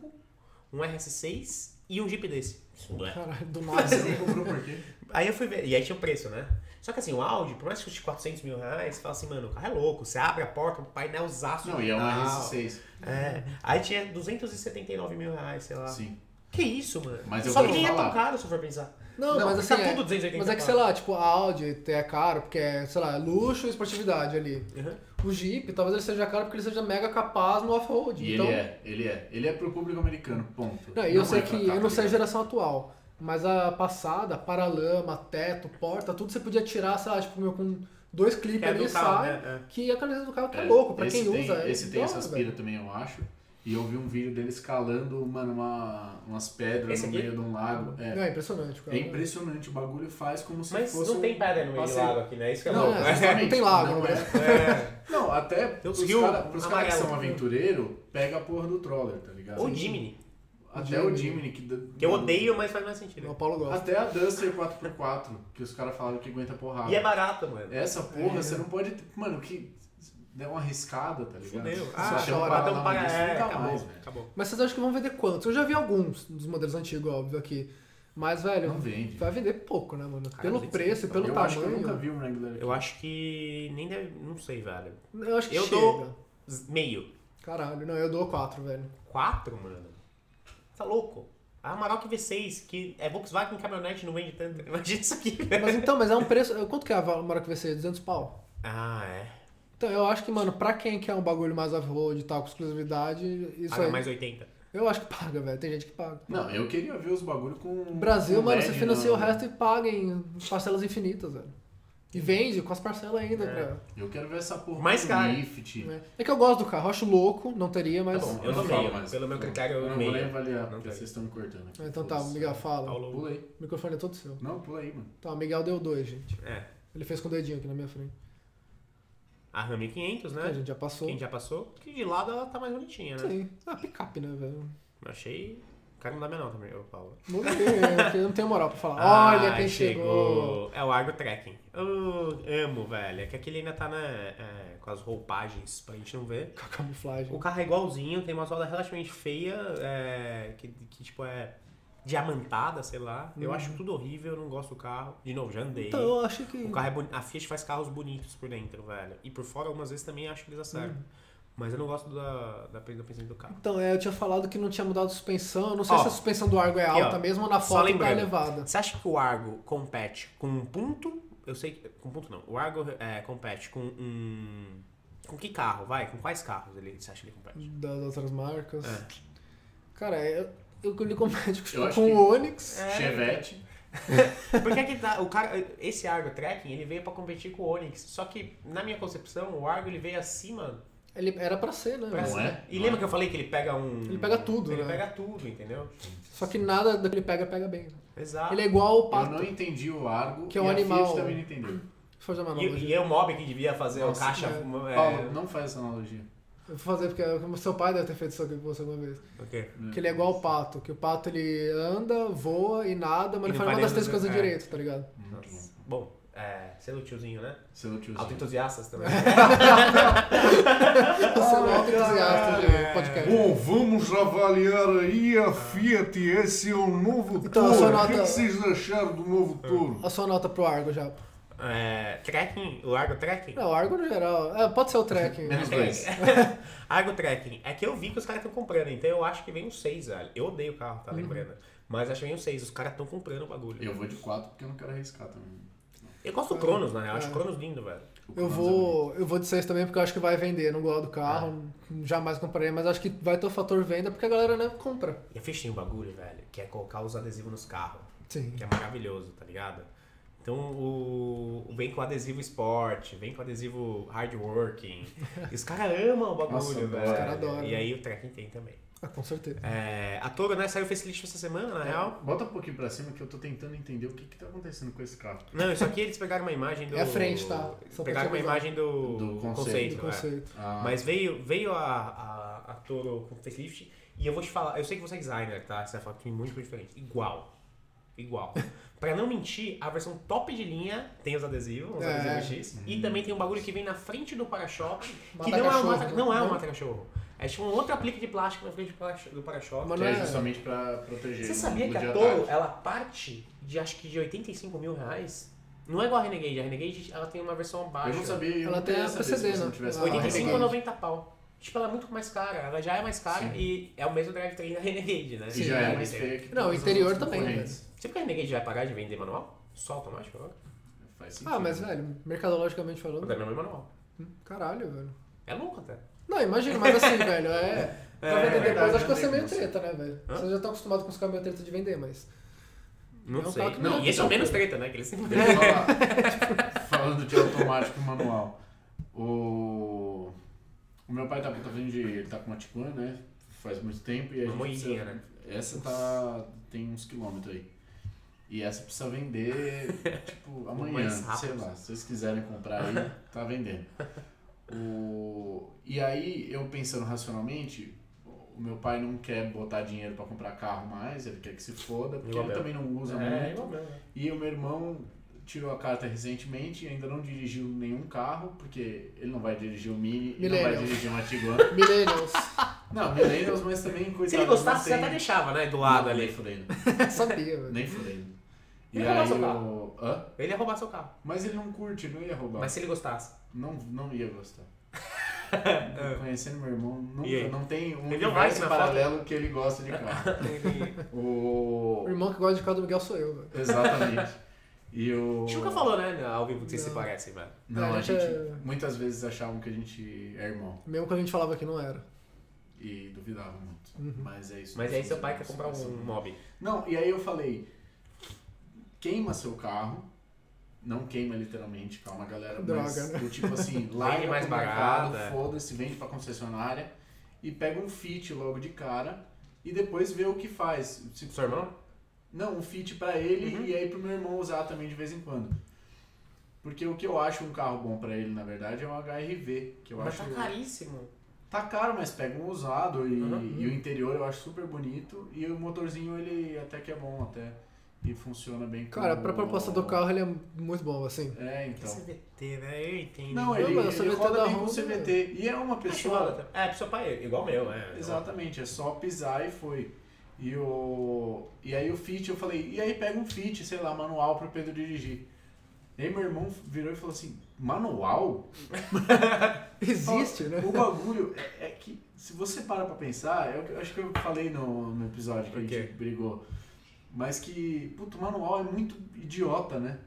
um RS6 e um Jeep desse. Né? Caralho, do nada. Mas você comprou por quê? Aí eu fui ver, e aí tinha o preço, né? Só que assim, o Audi, por mais que custe 400 mil reais, você fala assim, mano, o carro é louco, você abre a porta, o painel zaço. Não, e é um Ah, digital. RS6. É. Aí tinha 279 mil reais, sei lá. Sim. tá. Que isso, mano? Mas eu Só vou que nem é tão falar. caro se eu for pensar. Não, Não, mas assim. tá é, tudo 280 Mas é que, sei lá, tipo, a Audi é caro, porque é, sei lá, luxo e esportividade ali. Uhum. O Jeep, talvez ele seja caro porque ele seja mega capaz no off-road. E Então, ele é, ele é. Ele é pro público americano, ponto. Não, e eu Não sei é pra que cá, eu tá não sei a ligado? geração atual, mas a passada, paralama, teto, porta, tudo você podia tirar, sei lá, tipo, meu, com dois clipes É ali do e carro, sai. né? Que a camisa do carro tá É, louco, pra esse quem tem- usa. é Esse tem da essas hora, velho. pira também, eu acho. E eu vi um vídeo dele escalando, mano, uma- umas pedras Esse no aqui? meio de um lago. Não, É, é impressionante, cara. é impressionante, o bagulho faz como se Mas fosse não tem um pedra no meio do passeio. lago aqui, né? Isso que é Não, louco. é. né? Justamente, Não tem lago, não né? é. Não, até Tem uns pros rio cara- pros caras que amarelo. são aventureiros, pega a porra do troller, tá ligado? É. Ou Jimny, Até o Jimny, que... d- que eu odeio, mas faz mais sentido. O Paulo gosta. Até a Duster 4x4, que os caras falaram que aguenta porrada. E é barato, mano. Essa porra, É. você não pode... Mano, que... Deu uma arriscada, tá ligado? Fudeu. Você Ah, chama chora, pra então dar paga. uma lista, É, assim, nunca acabou, mais, velho. acabou. Mas vocês acham que vão vender quantos? Eu já vi alguns dos modelos antigos, óbvio, aqui. Mas, velho, Não vende. vai vender pouco, né, mano? Cara, Pelo nem preço e sei. pelo eu tamanho. acho que eu nunca vi um Wrangler aqui. Eu acho que nem deve. Não sei, velho. eu acho que Eu chega. dou- Z- Meio. Caralho, não, eu dou quatro, velho. Quatro, mano? Tá louco? A Amarok V6, que é Volkswagen caminhonete, não vende tanto. Imagina isso aqui, velho. Mas então, mas é um preço. Quanto que é a Maroc VC? 200 pau? Ah, é. Então, eu acho que, mano, pra quem quer um bagulho mais off-road e tal, com exclusividade, isso Paga aí. mais 80. Eu acho que paga, velho. Tem gente que paga. Não, eu queria ver os bagulho com... Brasil, com mano, LED você financia o na- resto e paga em parcelas infinitas, velho. E vende com as parcelas ainda, É. cara. Eu quero ver essa porra Mais com caro. lift. né? É que eu gosto do carro, eu acho louco, não teria, mas. Tá bom. Eu não tô falo meio, mais. pelo meu critério, eu Eu não meio. vou nem avaliar, Não porque tem. vocês estão me cortando. aqui. Então tá, Foda-se. Miguel, fala. Paulo. Pula aí. O microfone é todo seu. Não, pula aí, mano. Tá, o Miguel deu dois, gente. É. Ele fez com o dedinho aqui na minha frente. A RAM 500, né? A gente já passou. Quem já passou, que de lado ela tá mais bonitinha, né? Sim. Ah, picape, né, velho? Eu achei. O cara não dá minha nota, meu Paulo. Não tem, é porque eu não tenho moral pra falar. Olha quem Ai, chegou. É o Argo Trekking. Eu amo, velho. É que aquele ainda tá na, é, com as roupagens pra gente não ver. Com a camuflagem. O carro é igualzinho, tem uma solda relativamente feia, é, que, que tipo é diamantada, sei lá. Eu acho tudo horrível, eu não gosto do carro. De novo, já andei. Então eu acho que. O carro é boni- A Fiat faz carros bonitos por dentro, velho. E por fora, algumas vezes também acho que eles acertam. Mas eu não gosto da, da do pensamento do carro. Então, é, eu tinha falado que não tinha mudado a suspensão. Eu não sei Ó, se a suspensão do Argo é aqui, alta ó. mesmo ou na Só foto tá lembrando. elevada. Você acha que o Argo compete com um ponto? Eu sei que. Com ponto não. O Argo é, compete com um. Com que carro? Vai? Com quais carros ele, você acha que ele compete? Da- Das outras marcas. É. Cara, é, eu, eu li com o médico Eu acho com que- o Onix. É, Chevette. Porque que tá, o cara, esse Argo Trekking, ele veio pra competir com o Onix. Só que, na minha concepção, o Argo ele veio acima. Ele era pra ser, né? pra velho? Não cima. é? E Não lembra é. que eu falei que ele pega um. Ele pega tudo, Ele né? pega tudo, entendeu? Só que nada do que ele pega, pega bem. Exato. Ele é igual o Eu pato. não entendi o Argo. Que é um e a animal. Fiat também não entendeu. Vou fazer uma E, analogia. e é o Mob que devia fazer o Nossa, caixa. é. é, Paulo, não faz essa analogia. Eu vou fazer porque o seu pai deve ter feito isso aqui com você alguma vez. o quê? Que ele é igual o pato. Que o pato ele anda, voa e nada, mas ele faz uma das três coisas é. direito, tá ligado? Muito bom. Bom, é, sendo tiozinho, né? Seu tiozinho. Autoentusiastas também. Você não é um entusiasta de podcast. Bom, vamos avaliar aí a Fiat. Esse é o novo Então, a sua O nota- acharam do novo touro? A sua nota pro Argo já. É, trekking, o Argo Trekking? Não, o Argo no geral. É, pode ser o trekking. Menos dois. Argo Trekking. É que eu vi que os caras estão comprando, então eu acho que vem um 6, velho. Eu odeio o carro, Uhum. tá lembrando? Mas acho que vem um 6, os caras estão comprando o bagulho. Eu vou de 4 porque eu não quero arriscar também. Eu gosto Ah, do Cronos, na real. é. Acho o Cronos lindo, velho. O Eu Cronos é bonito. vou, eu vou de 6 também porque eu acho que vai vender. Não gosto do carro, jamais comprei, mas acho que vai ter o fator venda porque a galera né, compra. E eu fiz um bagulho, velho, que é colocar os adesivos nos carros. Sim. Que é maravilhoso, tá ligado? Então o. o Vem com adesivo esporte, vem com adesivo hardworking. E os caras amam o bagulho, Nossa, os velho. caras adoram. E aí o Trekking tem também. Ah, com certeza. É, a Toro, né, saiu o facelift essa semana, na real. Bota um pouquinho pra cima que eu tô tentando entender o que que tá acontecendo com esse carro. Não, isso aqui eles pegaram uma imagem do. É a frente, tá? Só pra Pegaram uma te avisar. imagem do, Do conceito. Do conceito. é. conceito. Ah, Mas veio, veio a, a, a Toro com facelift e eu vou te falar, eu sei que você é designer, tá? Você vai falar que tem muito diferente. Igual. Igual. pra não mentir, a versão top de linha tem os adesivos, os É. adesivos X. Hum. E também tem um bagulho que vem na frente do para-choque, que Mata não é, um cachorro, mata, né? não é um Não. mata-cachorro. É tipo um outro aplique de plástico na frente do para- do para-choque. Mas que é não é- justamente pra proteger. Você não sabia que a explodir Toro, tarde. ela parte de acho que de 85 mil reais? Não é igual a Renegade. A Renegade, ela tem uma versão abaixo. Ah, Eu não sabia. Eu Ela não tem teria a sabido se PCD, você não né? tivesse Ah, falado. 85 ou Renegade. 90 pau. Tipo, ela é muito mais cara, ela já é mais cara Sim. e é o mesmo drive-train da Renegade, né? E já é mais feia que Não, o todas as interior outras também, né? concorrentes. Sempre que a Renegade vai parar de vender manual? Só automático agora? Hum. Faz sentido. né? Ah, mas, velho, mercadologicamente O falando, da minha mãe é manual. hum, caralho, velho. É louco até. Não, imagina, mas assim, velho, é. Pra É, vender é verdade, depois, acho que não vai ser tem meio como treta, né, velho? Hã? Vocês já estão acostumados com os caras meio treta de vender, mas. Não É um sei. carro que Não, não- e então. esse é o menos treta, né? Que ele sempre Deixa eu falar. tipo, Falando de automático e manual. O... o meu pai tá, tá vindo de. Ele tá com uma Tiguan, né? Faz muito tempo e a Uma gente. moinha, precisa- né? Essa tá. tem uns quilômetros aí. E essa precisa vender, tipo, amanhã, mais rápido. sei lá. Se vocês quiserem comprar aí, tá vendendo. O... E aí, eu pensando racionalmente, o meu pai não quer botar dinheiro pra comprar carro mais, ele quer que se foda, porque Igual ele meu. também não usa muito. É, igual mesmo. né? E o meu irmão tirou a carta recentemente e ainda não dirigiu nenhum carro, porque ele não vai dirigir o Mini e não vai Millennial. dirigir uma Tiguan. Millennials. Não, Millennials, mas também coisa Se ele gostasse, você até deixava, né? Do lado ali. Nem fudendo. Sabia, velho. Nem fudendo. E Ele rouba aí seu o... Hã? Ele ia roubar seu carro. Mas ele não curte, não ia roubar. Mas se ele gostasse. Não, não ia gostar. Conhecendo meu irmão, É. E aí? nunca, não tem um Ele deu like universo na paralelo que ele gosta de carro. Ele- o... O irmão que gosta de carro do Miguel sou eu, velho. Exatamente. E o... A gente nunca falou, né? Ao vivo que vocês se Não. parecem, velho. Não, a A gente gente é- muitas vezes achavam que a gente é irmão. Mesmo quando a gente falava que não era. E duvidava muito. Uhum. Mas é isso. Mas aí seu pai quer Isso, comprar isso. um mob. Não, e aí eu falei: queima seu carro. Não queima literalmente, calma galera. Droga, mas, né? do tipo assim, larga mais mais mercado, barata. é. foda-se, vende pra concessionária e pega um fit logo de cara e depois vê o que faz. Se- Seu irmão? não, um fit pra ele Uhum. e aí pro meu irmão usar também de vez em quando. Porque o que eu acho um carro bom pra ele, na verdade, é um HRV, que eu Mas acho tá caríssimo. Tá caro, mas pega um usado e, Uhum. e o interior eu acho super bonito e o motorzinho ele até que é bom até e funciona bem. Cara, como- pra proposta do carro, ele é muito bom, assim. É, Que então. CVT, né? Eu entendo. Não, Não, ele, mano, o ele CVT roda da bem com o Honda, CVT e é uma pessoa. Pessoal, é, pro seu pai, é igual meu, né? Exatamente, é só pisar e foi. E o e aí o fit eu falei e aí pega um fit, sei lá, manual pro Pedro dirigir. E aí meu irmão virou e falou assim, manual? Existe, né? O bagulho é, é que, se você para pra pensar, eu, eu acho que eu falei no, no episódio que a Por gente quê? brigou, mas que, puto, o manual é muito idiota, né?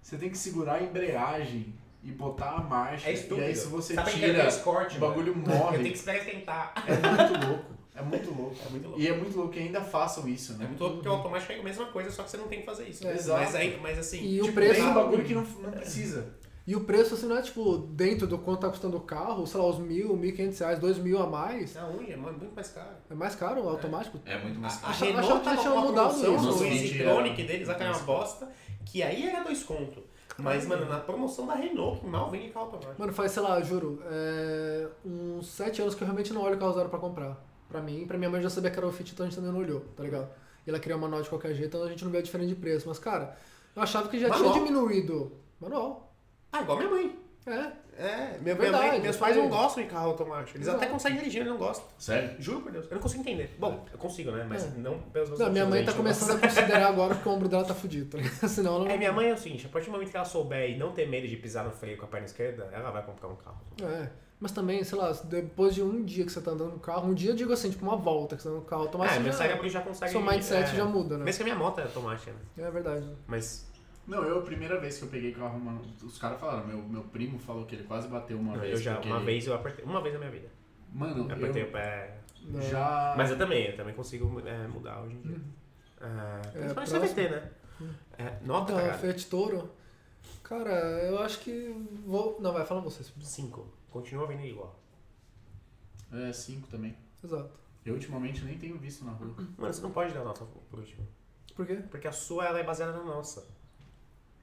Você tem que segurar a embreagem e botar a marcha, É estúpido. e aí se você Sabe que tira, tem escorte, o bagulho morre. Eu tenho que esperar esquentar. É muito louco, é muito louco. É muito louco. E é muito louco que ainda façam isso, É né? muito louco porque o automático é a mesma coisa, só que você não tem que fazer isso. É, exato. Mas, aí, mas assim, E o Tipo, preço. tem um bagulho que não, não precisa. E o preço, assim, não é tipo dentro do quanto tá custando o carro, sei lá, os mil, mil e quinhentos reais, dois mil a mais. a unha é muito mais cara. É mais caro o automático. É muito A, a Acha- Renault achava que tava já tinha com uma mudado promoção isso. no Nossa, Easy mentira. Chronic deles, lá que era uma bosta, que aí era dois conto. Mas, mano, na promoção da Renault, que mal vende carro automático. Mano, faz, sei lá, juro, é, uns sete anos que eu realmente não olho o carro usado pra comprar. Pra mim, pra minha mãe já sabia que era o fit, então a gente também não olhou, tá ligado? E ela queria uma nota de qualquer jeito, então a gente não vê a diferença de preço. Mas, cara, eu achava que já Manual. tinha diminuído. Manual. Ah, igual minha mãe. É. É, minha, Verdade, minha mãe, meus eu pais não falei. gostam de carro automático. Eles até Não. conseguem dirigir, eles não gostam. Sério? Juro por Deus. Eu não consigo entender. Bom, eu consigo, né? Mas É. não pelos meus Não, minha motivos, a mãe gente tá não gosta. começando a considerar agora porque o ombro dela tá fudido, tá ligado? Senão ela não. É, minha mãe é o seguinte, a partir do momento que ela souber e não ter medo de pisar no freio com a perna esquerda, ela vai comprar um carro. É. Mas também, sei lá, depois de um dia que você tá andando no carro, um dia eu digo assim, tipo uma volta que você tá no carro automático. é, meu já- cérebro já consegue... Seu mindset é, já muda, né? Mesmo que a minha moto é automática, né? É verdade. Mas Não, eu, a primeira vez que eu peguei carro, mano, os caras falaram, meu, meu primo falou que ele quase bateu uma não, vez. eu já, porque uma ele- vez eu apertei, uma vez na minha vida. Mano, Eu eu, apertei o pé... Não. Já. Mas eu também, eu também consigo é, mudar hoje em dia. Ah, Principalmente Uhum. É, próximo. Uhum. CVT, né? É, nota, Da cara. Fiat Toro. Cara, eu acho que vou. Não, vai, fala vocês. Cinco. Continua vendo igual. É, cinco também. Exato. Eu ultimamente nem tenho visto na rua. Mano, você não pode dar nota por último. Por quê? Porque a sua, ela é baseada na nossa.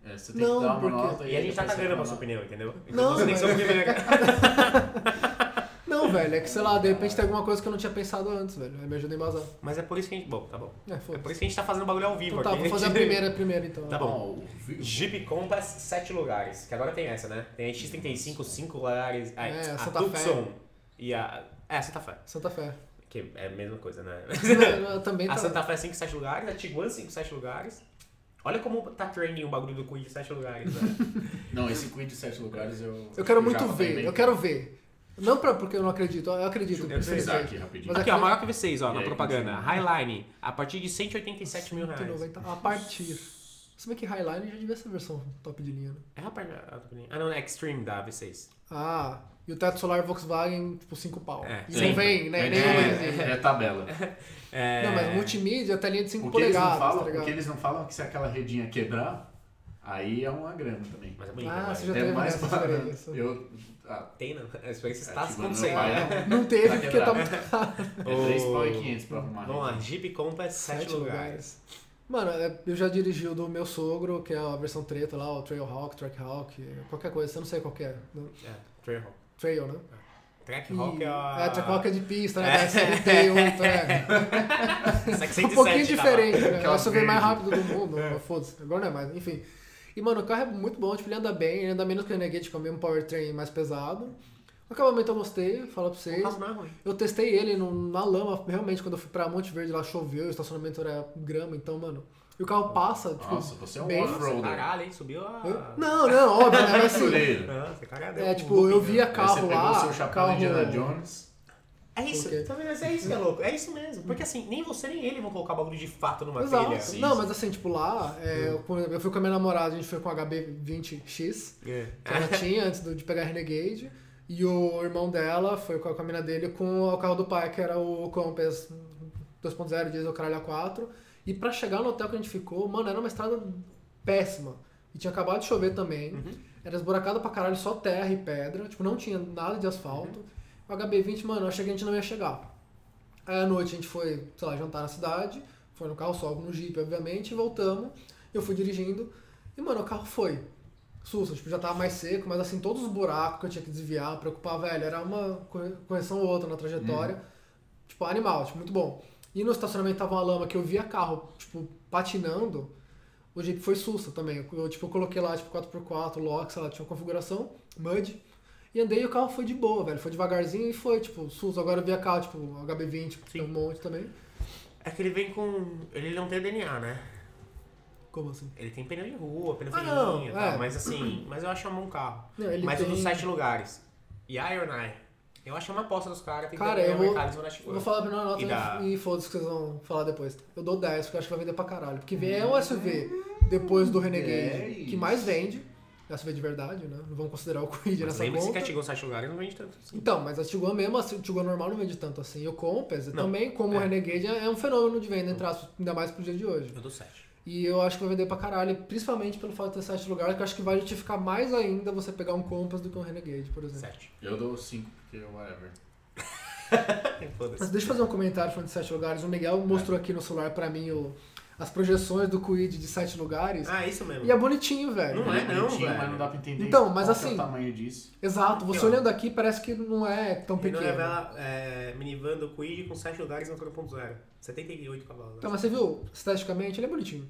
É, você tem Não, que dar uma porque- nota E a gente tá depois você cagando pra fala. sua opinião, entendeu? Então Não, você tem que ser o mas- primeiro. Não, velho, é que sei lá, de repente tem alguma coisa que eu não tinha pensado antes, velho. Aí me ajuda a embasar. Mas é por isso que a gente... Bom, tá bom. É, É por foda-se. isso que a gente tá fazendo bagulho ao vivo Então tá, aqui. vou fazer a primeira primeiro então. Tá bom. Não, viu? Jeep Compass, 7 lugares. Que agora tem essa, né? Tem a X35, 5 lugares. A, É, a Santa Tucson e a... É, a Santa Fé. Santa Fé. Que é a mesma coisa, né? Não, também a tá. Santa Fé, 5, 7 lugares. A Tiguan, 5, 7 lugares. Olha como tá trending o bagulho do Quid, 7 lugares, né? Não, esse Quid de sete lugares eu. Eu quero já muito falei ver, bem. eu quero ver. Não pra, porque eu não acredito, eu acredito. Deixa que eu pesquisar seja. aqui rapidinho. Mas Aqui, ó, maior que V6, ó, E na aí, propaganda. continua. Highline, a partir de 187 mil reais. 190 a partir. Se bem que Highline já devia ser a versão top de linha, né? É a parte. Ah, não, é Extreme da V6. Ah, e o teto solar Volkswagen, tipo, 5 pau. É, e Sim. não vem, né? Nem o Benzinho. É, é tabela. É... Não, mas multimídia, telinha de 5 O que, eles não polegadas, falam, tá o que ligado? eles não falam é que se aquela redinha quebrar, aí é uma grana também. Mas é bonito. Ah, né? você já é teve mais essa barato. experiência. Eu, ah, Tem, não? A experiência é, está tipo, meu acontecendo. pai, é, Não teve Vai porque tá quebrar. muito caro. é 3 pau e 500 pra arrumar. Vamos lá, Jeep Compass, 7 Sete lugares. Mano, é, eu já dirigi o do meu sogro, que é a versão treta lá, o Trailhawk, Trackhawk, qualquer coisa, eu não sei qual que é. né? É, Trailhawk. Trail, né? Trackhawk é E- a... É, Trackhawk é de pista, né? É. Da SLT8, né? É 707 um pouquinho tá lá. diferente, né? Aquela Ela subiu mais verde. rápido do mundo, mas foda-se, agora não é mais, enfim. E, mano, o carro é muito bom, tipo, ele anda bem, ele anda menos que o Renegade, que é o mesmo powertrain mais pesado. O acabamento eu gostei, falo pra vocês. O carro não é ruim. Eu testei ele no- na lama, realmente, quando eu fui pra Monte Verde, lá choveu, o estacionamento era grama, então, mano. E o carro passa, tipo. Nossa, você é um bem- Nossa, off-roader. caralho, hein? Subiu a... eu- Não, não, óbvio, né? Mas assim. Fuleiro. Aí Nossa, caralho. É, deu um tipo, looping, eu né? via carro você pegou lá. seu chapéu carro... Indiana Jones. É isso, Ok. tá vendo? Mas é isso que é louco. É isso mesmo. Porque assim, nem você nem ele vão colocar bagulho de fato numa Exato. trilha. sim, não, sim. mas assim, tipo, lá, Hum. é, eu, por exemplo, eu fui com a minha namorada, a gente foi com a HB20X, É. que ela tinha antes do- de pegar a Renegade. E o irmão dela foi com a, com a mina dele com o carro do pai, que era o Compass 2.0 diesel caralho A4. E pra chegar no hotel que a gente ficou, mano, era uma estrada péssima. E tinha acabado de chover também. Era esburacada pra caralho, só terra e pedra. Tipo, não tinha nada de asfalto. O HB20, mano, eu achei que a gente não ia chegar. Aí à noite a gente foi, sei lá, jantar na cidade. Foi no carro sol, no Jeep, obviamente, e voltamos. Eu fui dirigindo. E, mano, o carro foi. Susto, tipo, já tava mais seco, mas assim, todos os buracos que eu tinha que desviar, preocupar, velho, era uma corre- correção ou outra na trajetória. Tipo, animal, tipo, muito bom. E no estacionamento tava uma lama que eu via carro, tipo, patinando. O Jeep foi susto também. Eu, tipo, eu coloquei lá, tipo, 4x4, LOX, sei lá, tinha uma configuração, MUD. E andei e o carro foi de boa, velho. Foi devagarzinho e foi, tipo, susto. Agora eu via carro, tipo, HB20, tem um monte também. É que ele vem com. Ele não tem DNA, né? Como assim? Ele tem pneu de rua, pneu Ah, não, fininho e tal, é. mas assim, mas eu acho um bom carro. Não, ele mas tem- um dos sete lugares. E Iron Eye. Eu acho uma aposta dos caras, tem Cara, que eu vou- mercado, eles Eu vão vou dar falar a primeira nota E e, dá- foda-se que vocês vão falar depois. Eu dou 10, porque eu acho que vai vender pra caralho. Porque Hum. vem é um SUV depois do Renegade É 10. que mais vende. SUV de verdade, né? Não vamos considerar o Creed mas nessa lembre-se que a conta. Tiguan sete lugares não vende tanto assim. Então, mas a Tiguan mesmo, a Tiguan normal não vende tanto assim. E o Compass Não. também, como É. o Renegade, é um fenômeno de venda, entre aspas, ainda mais pro dia de hoje. Eu dou sete. E eu acho que vai vender pra caralho, principalmente pelo fato de ter sete lugares, que eu acho que vai justificar mais ainda você pegar um Compass do que um Renegade, por exemplo. Sete. Eu dou 5, porque whatever. Foda-se. Mas deixa eu fazer um comentário falando de sete lugares. O Miguel mostrou aqui no celular pra mim o- as projeções do Quid de sete lugares. Ah, isso mesmo. E é bonitinho, velho. Não é Ele não, bonitinho, velho. Mas não dá pra entender Então, mas qual que é assim- o tamanho disso. Exato. Você Então. olhando aqui parece que não é tão Ele não pequeno. revela é, minivan do Quid com 7 lugares no 4.0. 78 cavalos. Então, mas você viu, esteticamente ele é bonitinho.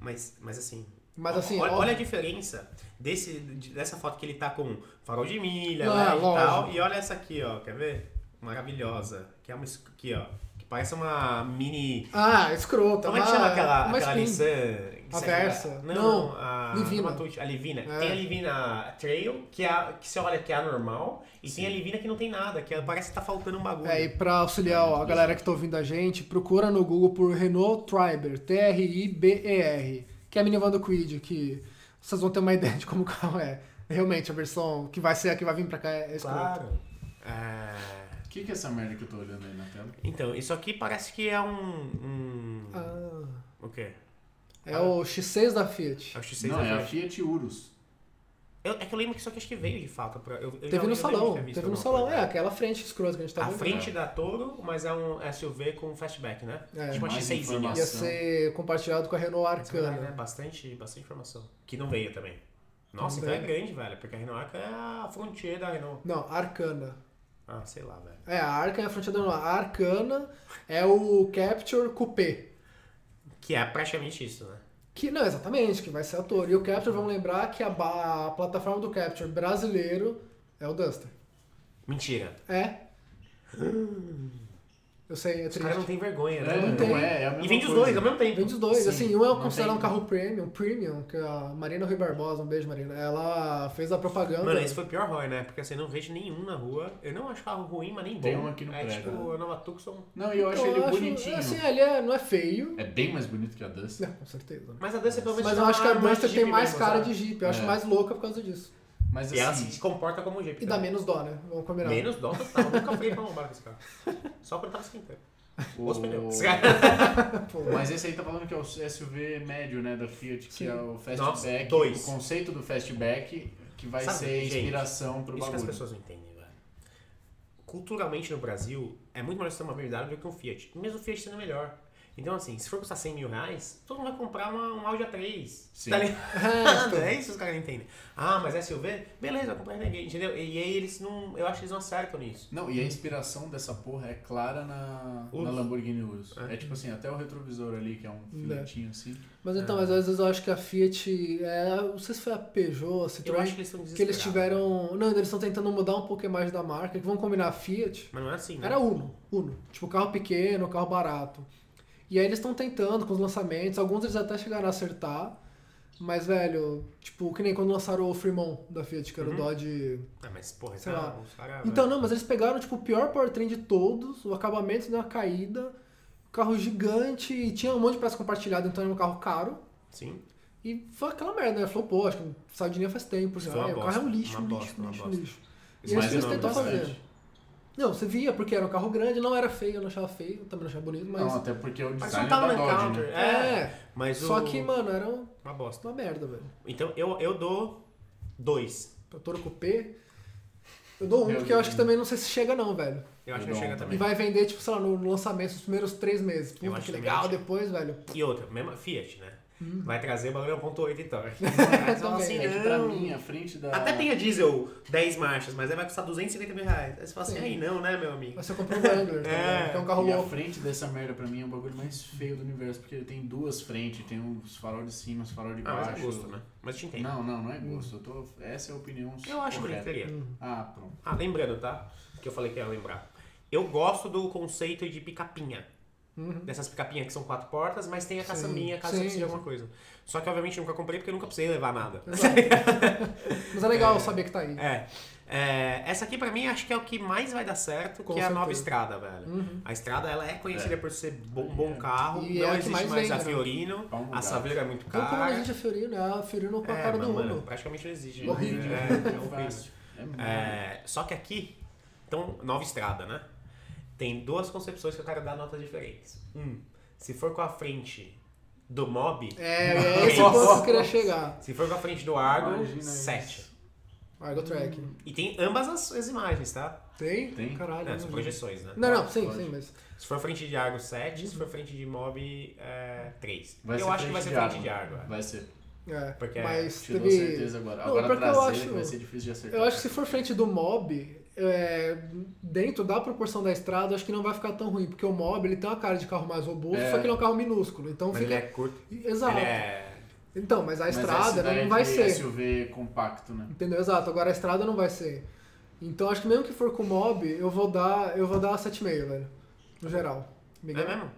Mas, mas assim, Mas assim, olha, ó, olha a diferença desse, de- dessa foto que ele tá com farol de milha Não, lá é, e tal. lógico. E olha essa aqui, ó. Quer ver? Maravilhosa. Que é uma esc- aqui, ó. Que parece uma mini. Ah, escrota. Como é que ah, chama aquela, uma aquela skin. Nissan? A Que Versa. Não, Não, a Livina. uma Tucci, A Livina. É. Tem a Livina Trail, que, é a, que você olha que é a normal, e tem a Livina que não tem nada, que é- parece que tá faltando um bagulho. É, e pra auxiliar ó, a galera que tá ouvindo a gente, procura no Google por Renault Triber, T-R-I-B-E-R, que é a minivan do Quid, que vocês vão ter uma ideia de como o carro é. Realmente, a versão que vai ser a que vai vir pra cá é escrota. Claro. É, O que, que é essa merda que eu tô olhando aí na tela? Então, isso aqui parece que é um. um- Ah, O quê? é Ah. o X6 da Fiat. É o X6 não, da é a frente. Fiat Urus. Eu- é que eu lembro que isso aqui acho que veio de fato. Pra, eu, eu já- eu Teve lembro no de salão, ter visto teve no alguma salão. coisa. É, aquela frente escrota que a gente tá A vendo. frente da Toro, mas é um SUV com flashback, né? É. tipo uma Mais X6. -inha. Ia informação. ser compartilhado com a Renault Mas é verdade, né? Arcana. Bastante, bastante informação. Que não veio também. Nossa, Não então é veio. grande, velho. Porque a Renault Arca é a frontier da Renault. Não, Arcana. Ah, sei lá, velho. É, a Arcana é a frente da Renault. A Arcana é o Capture Coupé. Que é praticamente isso, né? Que, não, exatamente, que vai ser ator. E o Capture, vamos lembrar que a, ba- a plataforma do Capture brasileiro é o Duster. Mentira. É. Eu sei, é Os caras não tem triste. vergonha, né? É, não não tem. é, é a mesma E vende os coisa. dois ao mesmo tempo. Vende os dois, Sim, assim, um é não considerado um tem- carro premium, premium, que é a Marina Rui Barbosa, um beijo Marina, ela fez a propaganda. Mano, esse foi o pior ROI, né? Porque assim, eu não vejo nenhum na rua. Eu não acho carro ruim, mas nem bom. Tem um aqui no É prédio, tipo, né? a Nova Tucson. Não, e eu acho Eu ele acho- bonitinho. Assim, ele é- não é feio, É bem mais bonito que a Dust. né, com certeza. né? Mas a Duster pelo menos Mas é eu uma acho que a arma de Duster tem Jeep mais mesmo, cara sabe? de Jeep, eu acho É. mais louca por causa disso. Mas E ela assim, se comporta como um Jeep. E dá cara. menos dó, né? Vamos combinar. Menos dó total. Eu Nunca fui pra lombar com esse carro. Só quando tava esquentando. Os pneus. o... Mas esse aí tá falando que é o SUV médio, né, da Fiat, que Sim. é o Fastback. Nossa, dois. O conceito do Fastback que vai Sabe, ser gente, inspiração pro Isso que as bagulho. pessoas não entendem, velho. Culturalmente no Brasil, é muito melhor você ter uma BMW do que um Fiat. Mesmo o Fiat sendo melhor. Então, assim, se for custar 100 mil reais, todo mundo vai comprar uma, um Audi A3. Sim. Tá ligado? É, então. é isso que os caras não entendem. Ah, mas SUV? Beleza, vai comprar Renegade, entendeu? E, aí eles não. Eu acho que eles não acertam nisso. Não, e a inspiração dessa porra é clara na, Urus. na Lamborghini Urus. É. É. tipo assim, até o retrovisor ali, que é um filetinho assim. Mas então, É. mas às vezes eu acho que a Fiat, é, não sei se foi a Eu Peugeot, a acho que é Citroën, eles estão que eles tiveram... Não, eles estão tentando mudar um pouco a imagem da marca, que vão combinar a Fiat... Mas não é assim, né? Era Uno, Uno. Tipo, carro pequeno, carro barato. E aí eles estão tentando com os lançamentos, alguns eles até chegaram a acertar. Mas, velho, tipo, que nem quando lançaram o Fremont da Fiat, que era o Dodge. Ah, mas porra, Sei cara, é lá. os caras. Então, não, mas eles pegaram, tipo, o pior powertrain de todos, o acabamento deu uma caída, o carro gigante, e tinha um monte de peça compartilhada, então era um carro caro. Sim. E foi aquela merda, né? Falou, pô, acho que saiu de linha faz tempo já. Foi uma É, o carro é um bosta, lixo, uma um lixo, bosta, um uma lixo, um bosta. lixo. Eles E eles fizeram tentaram bastante. fazer. Não, você via, porque era um carro grande, não era feio, eu não achava feio, eu também não achava bonito, mas. Não, até porque o Mas não design é tava da no Dodge, né? Encounter. É. Mas Só o- que, mano, era um- Uma bosta. uma merda, velho. Então, eu, eu dou dois. Pra Toro Coupé, eu dou um, Eu porque eu acho dou que um. também não sei se chega não, velho. Eu acho que Eu não dou chega um E também. vai vender, tipo, sei lá, no lançamento, os primeiros três meses. Eu Puta, acho que que legal, também depois, velho. E outra, mesma Fiat, né? Vai trazer o bagulho é 1.8 e torque. Também. assim, É que pra não. mim, a frente da... então. Até tem a diesel 10 marchas, mas aí vai custar 250 mil reais. Aí você fala assim, Sim. aí não, né, meu amigo? Mas você comprou um Wrangler, tá É. ligado? que é um carro E a louco. frente dessa merda pra mim é o bagulho mais feio do universo, porque ele tem duas frentes, tem os farol de cima, os farol de Ah, mas baixo. é gosto, né? Mas te entendo. Não, não, não é gosto. Eu tô... Essa é a opinião Eu acho correta. bonitaria. Ah, pronto. Ah, lembrando, tá? Que eu falei que ia lembrar. Eu gosto do conceito de picapinha. Dessas picapinhas que são quatro portas, mas tem a caçambinha, caso Uhum. sim, você precise de sim. alguma coisa. Só que, obviamente, eu nunca comprei porque eu nunca precisei levar nada. Mas é legal saber que tá aí. É. É, essa aqui pra mim acho que é o que mais vai dar certo, Com que é a nova certeza. estrada, velho. A estrada ela é conhecida por ser bom, bom carro, E não é a que existe mais mais, a vende, né? Fiorino, Vamos mudar. a Saveiro é muito Viu como a cara. gente é Fiorino? É a Fiorino com a É, cara mas, do mano, Uno. praticamente não existe. Horrível. né? É, é horrível. fácil. É muito. É, só que aqui, então, nova estrada, né? Tem duas concepções que eu quero dar notas diferentes. Um, se for com a frente do Mob, É, é esse Nossa. ponto que eu queria chegar. se for com a frente do Argo, Imagina isso. 7. Argo Track. E tem ambas as, as imagens, tá? Tem? Tem. Caralho. Né, eu as não vi. projeções, né? é Não, não, sim, Pode. sim, mas... Se for frente de Argo 7, se for frente de Mob é, 3. Vai eu ser acho que vai ser frente de frente de água. Argo. é. Vai ser. É, Porque mas Te dou teve... certeza agora. Não, agora porque eu traseira acho- que vai ser difícil de acertar. Eu acho que se for frente do mob, é, dentro da proporção da estrada, eu acho que não vai ficar tão ruim, porque o mob ele tem uma cara de carro mais robusto, É. só que ele é um carro minúsculo. Então Mas fica. ele é curto. Exato. Ele é. Então, mas a Mas estrada esse daí não vai é de ser. SUV compacto, né? Entendeu? Exato. Agora a estrada não vai ser. Então acho que mesmo que for com o mob, eu vou dar. Eu vou dar 7,5, velho. No geral. Não Miguel? é mesmo?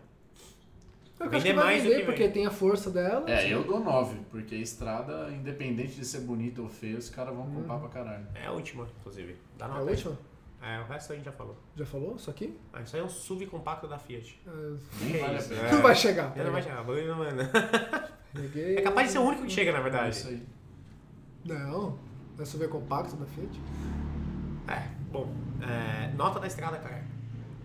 Eu acho Vender que vai mais do vender, que porque vende. tem a força dela. É, eu dou 9, porque estrada, independente de ser bonita ou feia, os caras vão comprar pra caralho. É a última, inclusive. Dá É nota a aí. última? É, o resto a gente já falou. Já falou isso aqui? Ah, isso aí é um SUV compacto da Fiat. É, Nem Que vale isso, a pena. né? Não vai chegar. Ele não vai chegar, bagulho não mano. Peguei. É capaz de ser o único que chega, na É verdade. isso aí. Não. Vai subir compacto da Fiat. É, bom. é, nota da estrada, cara.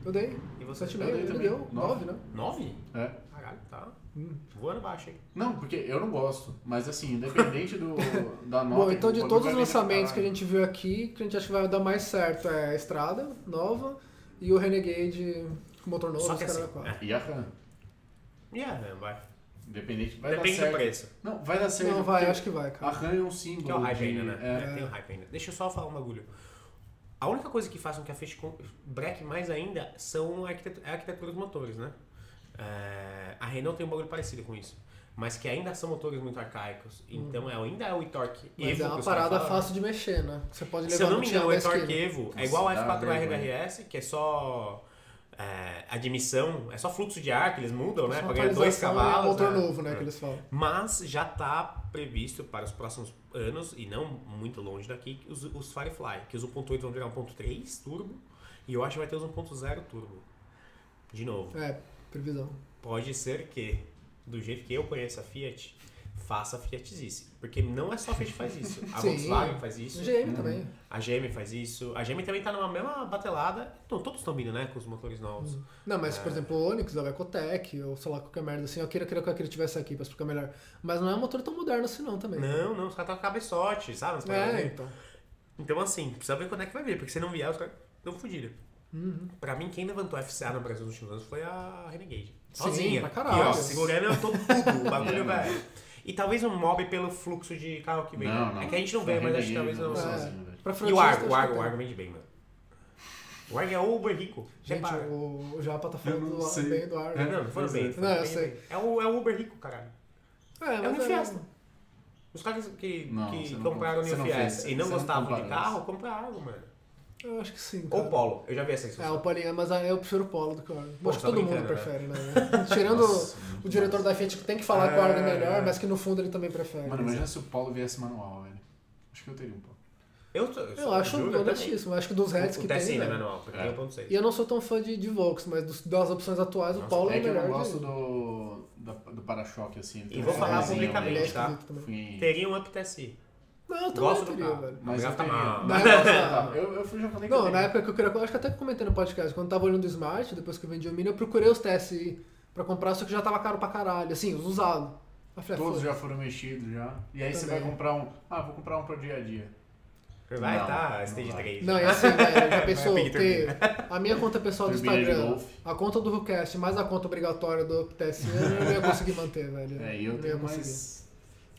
Eu dei. E você? 7,5, Eu dei ele também. deu 9, Nove. né? Nove? É. Caralho, tá. Hum. Voando baixo, hein? Não, porque eu não gosto. Mas assim, independente do, da nota. Bom, então o de todos os bagulho vai vender tá pra lançamentos que a caralho. gente viu aqui, que a gente acha que vai dar mais certo é a Estrada, nova, e o Renegade com motor novo, Só os que caras assim. quatro. É. E a RAM. Yeah, vai. Independente, vai Depende dar certo. do preço. Não, vai é dar certo. Não, vai, porque acho que vai, A cara. RAM é um símbolo. Que é o hype de- ainda, é. né? É, Tem o hype ainda. Deixa eu só falar um bagulho. A única coisa que faz com que a Fiat com- breque mais ainda são a arquitetu- é a arquitetura dos motores, né? É, a Renault tem um bagulho parecido com isso. Mas que ainda são motores muito arcaicos. Uhum. Então é, ainda é o e-torque. Mas Evo é que uma os caras parada falam. fácil de mexer, né? Você pode levar Se eu não no me chão engano, é o da e-torque esquina. Evo é Nossa, igual ao dá F4R da vergonha. RS, que é só é, admissão, é só fluxo de ar que eles mudam, né? Uma Pra ganhar dois atualização e um cavalos. motor né? novo, né, É. que eles falam. Mas já está previsto para os próximos anos, e não muito longe daqui, os, os Firefly, que os 1.8 vão virar 1.3 turbo, e eu acho que vai ter os 1.0 turbo. De novo, É, previsão. pode ser que, do jeito que eu conheço a Fiat, faça a Fiat Zice. Porque não é só a Fiat que faz isso. A Sim. Volkswagen faz isso, GM também. a GM faz isso, a GM também está numa mesma batelada. Então, todos estão vindo, né, com os motores novos. Não, mas, É. por exemplo, o Onix, a Vecotec, ou sei lá, qualquer merda assim, eu queria, queria que aquele tivesse aqui pra explicar melhor. Mas não é um motor tão moderno assim não também. Não, não, os caras estão com cabeçote, sabe? Umas paradas É, assim. então. Então, assim, precisa ver quando é que vai vir, porque se não vier, os caras estão fodidos. Uhum. Pra mim, quem levantou a FCA no Brasil nos últimos anos foi a Renegade. Sim, Sozinha. pra caralho. E, ó, segurando eu tô tudo, o bagulho, É, mano. velho. E talvez um mob pelo fluxo de carro que vem. Não, não. É que a gente não vê, mas acho que talvez Renegade, não. né? É. não. sozinho, velho. pra E o frentista, Argo, o acho que Argo, tem. o Argo vende bem, mano. O Argo é o Uber rico. Gente, Repara. É, o, o Japa tá Eu falando não do sei. bem do Argo. É, Não, não, não foram bem. foram Não, eu bem, sei. bem. É o, é o Uber rico, caralho. É, É o mas New Fiesta. Os caras que, Não, que você não compraram o New compara- você não fez Fiesta e isso, não você não gostavam de compara carro, isso. compraram Argo, mano. Eu acho que sim, cara. Ou Polo. Eu já vi essa É, discussão. o Paulinho, mas aí eu prefiro o Polo do que o Argo. Pô, acho que tá todo mundo brincando, né? prefere, né? Tirando Nossa, o muito diretor massa. da Fiat que tem que falar com o Argo é É. melhor, mas que no fundo ele também prefere. Mano, imagina se o Paulo viesse manual, velho. Acho que eu teria um Paulo. Eu, sou- Eu sou- acho um juro, eu também. honestíssimo. Acho que dos heads O- que o TSI, tem. né, velho. manual, porque tem É. 1.6. E eu não sou tão fã de, de Volks, mas dos- das opções atuais, o Nossa, Paulo é, É o que eu melhor. não de- gosto do, da- do para-choque, assim. ele E tem vou um falar sorrisinho, Ele é publicamente, velho. tá? esquisito também. Fui- Teria um up TSI. Não, eu também Gosto do teria, carro. velho. Mas Obrigado, eu teria. tá mal. Na época- Tá, Eu, eu fui- já falei que eu Não, né? na teria. época que eu queria. eu Acho que até comentei no podcast, quando eu tava olhando o Smart, depois que eu vendi o Mini, eu procurei os TSI pra comprar, só que já tava caro pra caralho, assim, os usados. Eu falei, ah, Todos foda-se. já foram mexidos já. E aí você vai Também. comprar um. Ah, vou comprar um pro dia a dia. Vai, Não, tá, não stage vai. 3. Não, e assim, velho, já Vai, pensou Big ter a minha conta pessoal do Turbina de Instagram, golfe. a conta do WhoCast, mais a conta obrigatória do TSI, eu não ia conseguir manter, velho. É, e Não eu ia tenho conseguir. mais.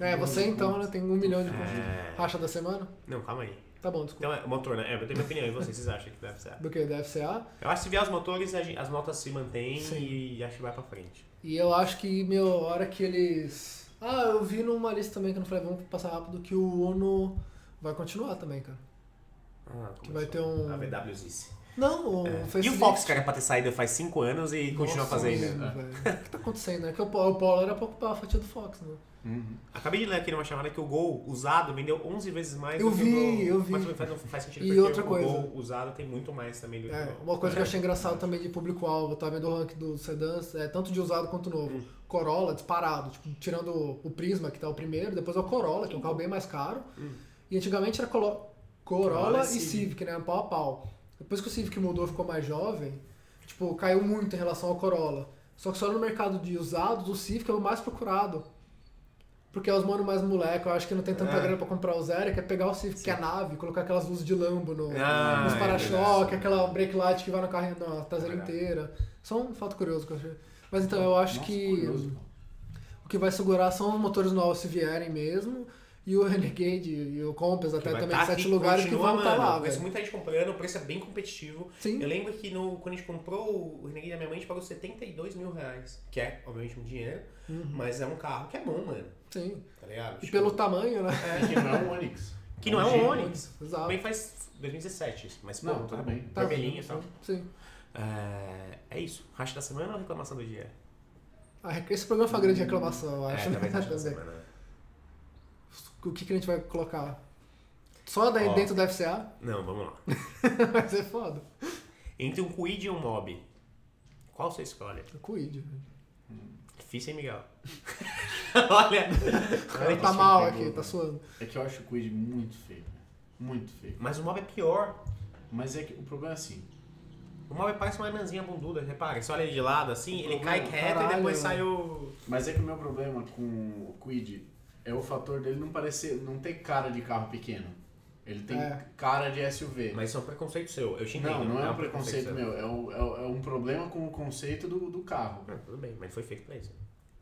É, você então, né, tem um milhão de contas. É. Racha da semana? Não, calma aí. Tá bom, desculpa. Então, é, motor, né? É, eu tenho minha opinião, e vocês, vocês acham que deve ser? Do que? Da FCA? Eu acho que se vier os motores, a gen- as notas se mantêm Sim. e acho que vai pra frente. E eu acho que, meu, a hora que eles. Ah, eu vi numa lista também que eu não falei, vamos passar rápido, que o Uno vai continuar também, cara. Ah, Que vai ter um- A VW Zice. Não, o Facebook. E o Fox, cara, pra ter saído faz 5 anos e continua Nossa, fazendo. né? mesmo, velho. O que tá acontecendo, né? Que o Polo, o Polo era pra ocupar a fatia do Fox, né? Acabei de ler aqui numa chamada que o Gol usado vendeu 11 vezes mais Eu do vi, que o Gol. eu vi. Mas não faz, não faz sentido, E porque outra o coisa. Gol usado tem muito mais também do que É, o Gol. uma coisa que eu achei engraçado também de público-alvo, tá vendo o ranking do sedãs, é, tanto de usado quanto Hum. novo. Corolla disparado, tipo, tirando o- o Prisma, que tá o primeiro, depois é o Corolla, que é um Hum. carro bem mais caro. E antigamente era Colo- Corolla Corolla e e Civic, né? Pau a pau. Depois que o Civic mudou ficou mais jovem, tipo, caiu muito em relação ao Corolla. Só que só no mercado de usados, o Civic é o mais procurado. Porque é os mano mais moleque, eu acho que não tem tanta É. grana pra comprar o Zero, quer pegar o Civic, que é a nave, colocar aquelas luzes de lambo no, Ah, nos é para-choque, aquela brake light que vai no carro na traseira Verdade. inteira. Só um fato curioso que eu achei. Mas então, eu acho Nossa, que curioso, Paulo. o que vai segurar são os motores novos se vierem mesmo. E o Renegade e o Compass até Vai também tá sete aqui, lugares que continua, vão estar mano. lá, Eu Conheço velho. muita gente comprando, o preço é bem competitivo. Sim. Eu lembro que no, quando a gente comprou o Renegade da minha mãe, a gente pagou 72 mil reais. Que é, obviamente, um dinheiro, mas é um carro que é bom, mano. Sim. Tá ligado? Uhum. E Tipo, pelo tá? tamanho, né? É que não é um Onix. Que não é Jeep. um Onix. Exato. Bem faz 2017, isso, mas pô, Não, tudo bem. Tá Vermelhinho e vivo, tal. Sim. É, é isso. Racha da semana ou reclamação do dia? Ah, esse programa foi uma grande reclamação, eu acho. é, talvez racha da Também. semana. né? o que, que a gente vai colocar? Só daí Ó. dentro da FCA? Não, vamos lá. vai ser foda. Entre um Quid e um Mob, qual você escolhe? O Quid. Difícil, hein, Miguel? Olha, Ele Nossa, tá que mal pegou, aqui, velho. tá suando. É que eu acho o Quid muito feio. velho. Muito feio. mas o Mob é pior. Mas é que o problema é assim. O Mob parece uma anãzinha bunduda, repara. Você olha ele de lado assim, ele cai Caralho. reto e depois sai o. Mas é que o meu problema com o Quid é o fator dele não parecer. não ter cara de carro pequeno. Ele tem É. cara de SUV. Mas isso é um preconceito seu, eu te entendo. não, não é um um preconceito meu, é, o- é o- é um problema com o conceito do, do carro. seu. Ah, tudo bem, mas foi feito pra isso.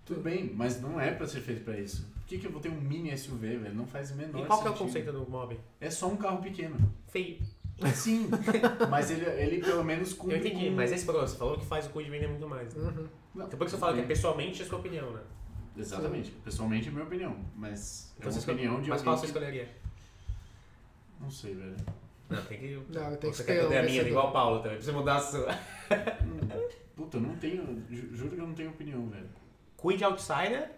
Tudo bem, mas não é pra ser feito pra isso. Por que, que eu vou ter um mini SUV, velho? Não faz o menor E qual que é o sentido. conceito do Mob? É só um carro pequeno. Feio. Sim, mas ele, ele pelo menos Eu cumpre entendi, com- mas esse problema, você falou que faz o Quid vender muito mais. Hum. Né? Não, Então por que você fala que é tudo bem. pessoalmente é a sua opinião, né? Exatamente. Pessoalmente é minha opinião, mas é Então uma você escolhe- opinião de Mas qual você alguém que... escolheria? Não sei, velho. Não, tem que. Não, tem que você ter quer que eu um dê a minha, vencedor. igual o Paulo também. Precisa mudar a sua. Puta, eu não tenho. ju- Juro que eu não tenho opinião, velho. Queen de Outsider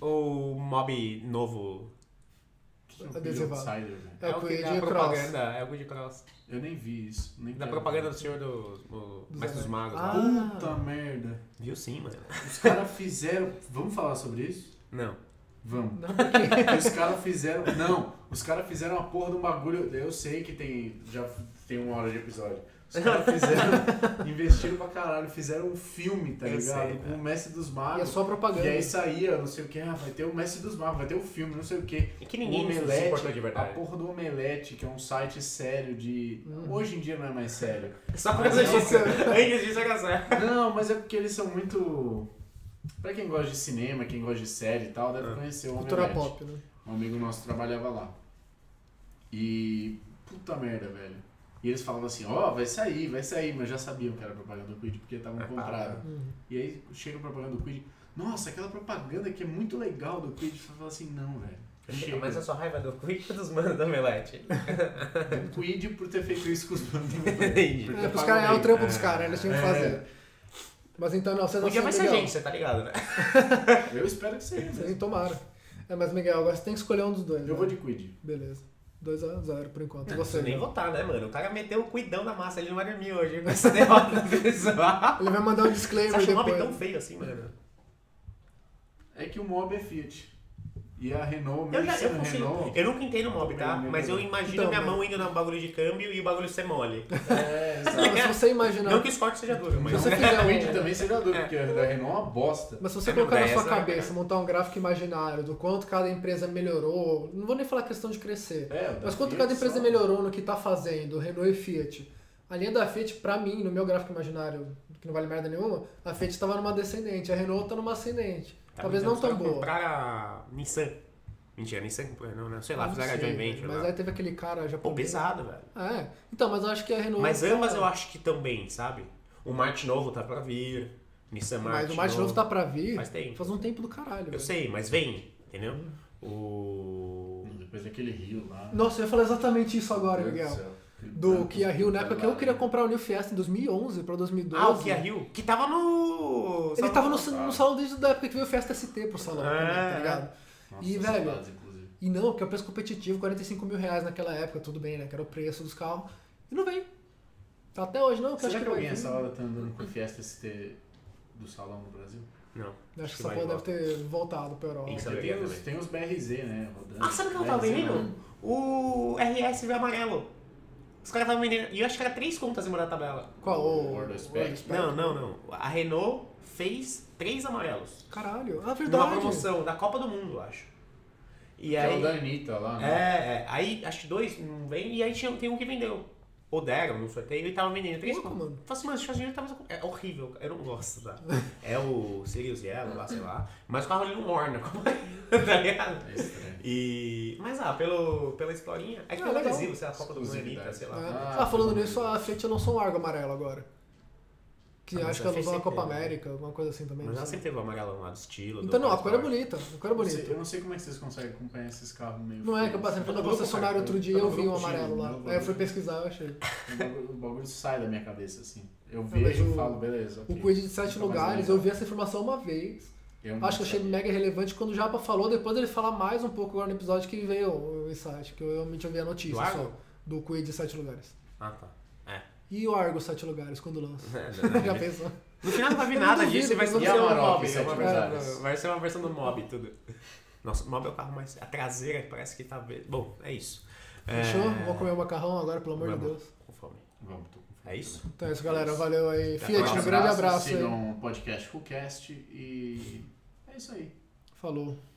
ou mob novo? Que que é um Adesivado. outsider, velho? É o Queen da de Cross. propaganda. É o Queen de Cross. Eu nem vi isso. Nem Da quero. propaganda do Senhor dos do, Dos Mestre dos Magos. né? Anéis. lá. Ah. Puta merda. Viu sim, mano. Os caras fizeram. Vamos falar sobre isso? Não. Vamos. Não, porque... Os caras fizeram. Não, os caras fizeram uma porra de um bagulho. Eu sei que tem. Já tem uma hora de episódio. Os caras fizeram. investiram pra caralho, fizeram um filme, tá Eu ligado? sei, com né? o Mestre dos E é Magos. só propaganda. E aí saía, não sei o que, ah, vai ter o Mestre dos Magos, vai ter o filme, não sei o que. E que ninguém o se importou é de a verdade. porra do Omelete, que é um site sério de. Hum. Hoje em dia não é mais sério. Só por causa Não, disso. Antes disso é era sério. Não, mas é porque eles são muito. Pra quem gosta de cinema, quem gosta de série e tal, deve conhecer o Omelete. É. Cultura pop, né? Um amigo nosso trabalhava lá. E. Puta merda, velho. E eles falavam assim: ó, vai sair, vai sair, mas já sabiam que era propaganda do Quid porque É, estavam comprado. E aí chega a propaganda do Quid. Nossa, aquela propaganda que é muito legal do Quid. Você fala assim: não, velho. Chega. Mas assim, a sua raiva é do Queen ou dos manos da Melete? O Quid por ter feito isso com os bandos. Entendi. Porque É, pros pagam caras é o bem. trampo dos caras, eles tinham que É. fazer. Mas então não, vocês Um não dia são vai ser a Miguel. gente, você tá ligado, né? Eu espero que seja. Vocês mesmo. nem tomaram. É, mas Miguel, agora você tem que escolher um dos dois. Eu né? vou de Quid. Beleza. 2 a 0 por enquanto. E É, Você você. nem Miguel? votar, né, mano? O cara meteu o cuidão na massa, ele não vai dormir hoje com essa derrota do pessoal. Ele vai mandar um Você disclaimer acha o mob depois. tão feio assim, mano? É que o Mob é Fiat. E a Renault, Eu, mesmo já, eu, sendo consigo, Renault. eu nunca entrei no mob, tá? Mas eu imagino Então, minha né? mão indo no bagulho de câmbio e o bagulho ser mole. É, exato. Não, mas se você imaginar. Não que o Scott seja duro, mas... Se você A Quid fizer um... também seja duro, porque a da Renault é uma bosta. Mas se você É colocar na verdade, sua essa é a cabeça, montar um gráfico imaginário do quanto cada empresa melhorou, não vou nem falar questão de crescer, É, da mas quanto Fiat cada empresa só. melhorou no que tá fazendo, Renault e Fiat. A linha da Fiat, pra mim, no meu gráfico imaginário, que não vale merda nenhuma, a Fiat tava numa descendente, a Renault tá numa ascendente. tá Talvez não tão boa. comprar a Nissan. Mentira, a Nissan comprou, não, não. Sei lá, Não fizeram a sei, joint venture Mas é lá. aí teve aquele cara Pô, japonês. pesado, velho. É. Então, mas eu acho que a Renault. tá- Mas ambas eu acho que estão bem, sabe? O Marte novo tá pra vir. Nissan Marte. Mas o Marte novo tá pra vir. Faz tempo. um tempo do caralho. Eu velho. sei, mas vem, entendeu? O. Depois daquele rio lá. Nossa, eu ia falar exatamente isso agora, Meu Deus Miguel. céu. Aquele Do tanto Kia Rio, na de época que lá. eu queria comprar o New Fiesta em 2011 pra 2012. Ah, o Kia Rio, que tava no. Ele tava no, no salão desde a época que veio o Fiesta ST pro salão, Ah. É. também, tá ligado? Nossa, E, saudades, velho, inclusive. E não, porque é o preço competitivo, 45 mil reais naquela época, tudo bem, né? Que era o preço dos carros. E não veio. Tá até hoje, não. que eu acho Será que vai alguém vir. essa hora tá andando com Fiesta ST do salão no Brasil? Não. Eu Acho que vai essa porra deve embora. ter voltado pra Europa. Isso. Porque Sabia Tem os, também. tem os BRZ, né? Rodando. Ah, sabe o que eu tava BRZ, vendendo? né? não. O RS veio amarelo. Os caras estavam vendendo. E eu acho que era três contas em uma da tabela. Qual? O, World o Spec. World Spec? Não, não, não. A Renault fez três amarelos. Caralho. Ah, Numa verdade. promoção da Copa do Mundo, eu acho. E Que é o aí. da Anitta lá, né? É, é. aí acho que dois não vem, e aí tinha, tem um que vendeu. Ou deram num sorteio e tava vendendo três Louco, conto. mano. Falei assim, mano, esse chassinho tava. É horrível, cara. eu não gosto, tá? É o Sirius Yellow lá, sei lá. Mas o carro ele não morna, como é? tá ligado? É estranho. E. Mas ah, pelo, pela historinha. É que Ah, pelo legal. adesivo, sei lá, a Copa do Planeta, Exclusividade. sei lá. Ah, Ah, falando tá. nisso, a Fiat lançou um Argo amarelo agora. Que Ah, mas acho que ela a Fiat usou na sempre Copa teve, né? América, alguma coisa assim também. Mas não ela sei. sempre teve o amarelão lá do estilo. do Então não, a cor é Autosport. bonita, a cor é Eu não sei- Eu bonita. não sei como é que vocês conseguem acompanhar esses carros meio. Não é que eu feios. passei Tá pela no concessionária grupo, outro cara. dia Tá eu no vi um grupo, amarelo sim, lá. tá no Aí eu fui grupo. pesquisar, eu achei. O bagulho- O bagulho sai da minha cabeça, assim. Eu mas vejo o- e falo, beleza. O ok. Quid de sete Nunca mais lugares, lembro. eu vi essa informação uma vez. Eu não Acho que eu achei sabia. mega relevante quando o Japa falou, depois ele fala mais um pouco agora no episódio que veio o insight, que eu realmente ouvi a notícia Do Argo? só. Do Quid de sete lugares. Ah, tá. É. E o Argo sete lugares quando lança. Já pensou? No final não vai vir Eu não nada duvido, disso e vai eu ser não um É, duvido. E a mob. é Maroc, uma sete versão- lugares. Vai ser uma versão do mob e tudo. Nossa, o mob é o carro mais. A traseira parece que tá. ve- Bom, é isso. É, Fechou? Vou comer o macarrão agora, pelo amor de Vamos. Deus. Com fome. Vamos, tô com fome. É isso? Então é isso, galera. Valeu aí. Até a Fiat, um próxima. grande abraço aí. Sigam o podcast Fullcast e é isso aí. Falou.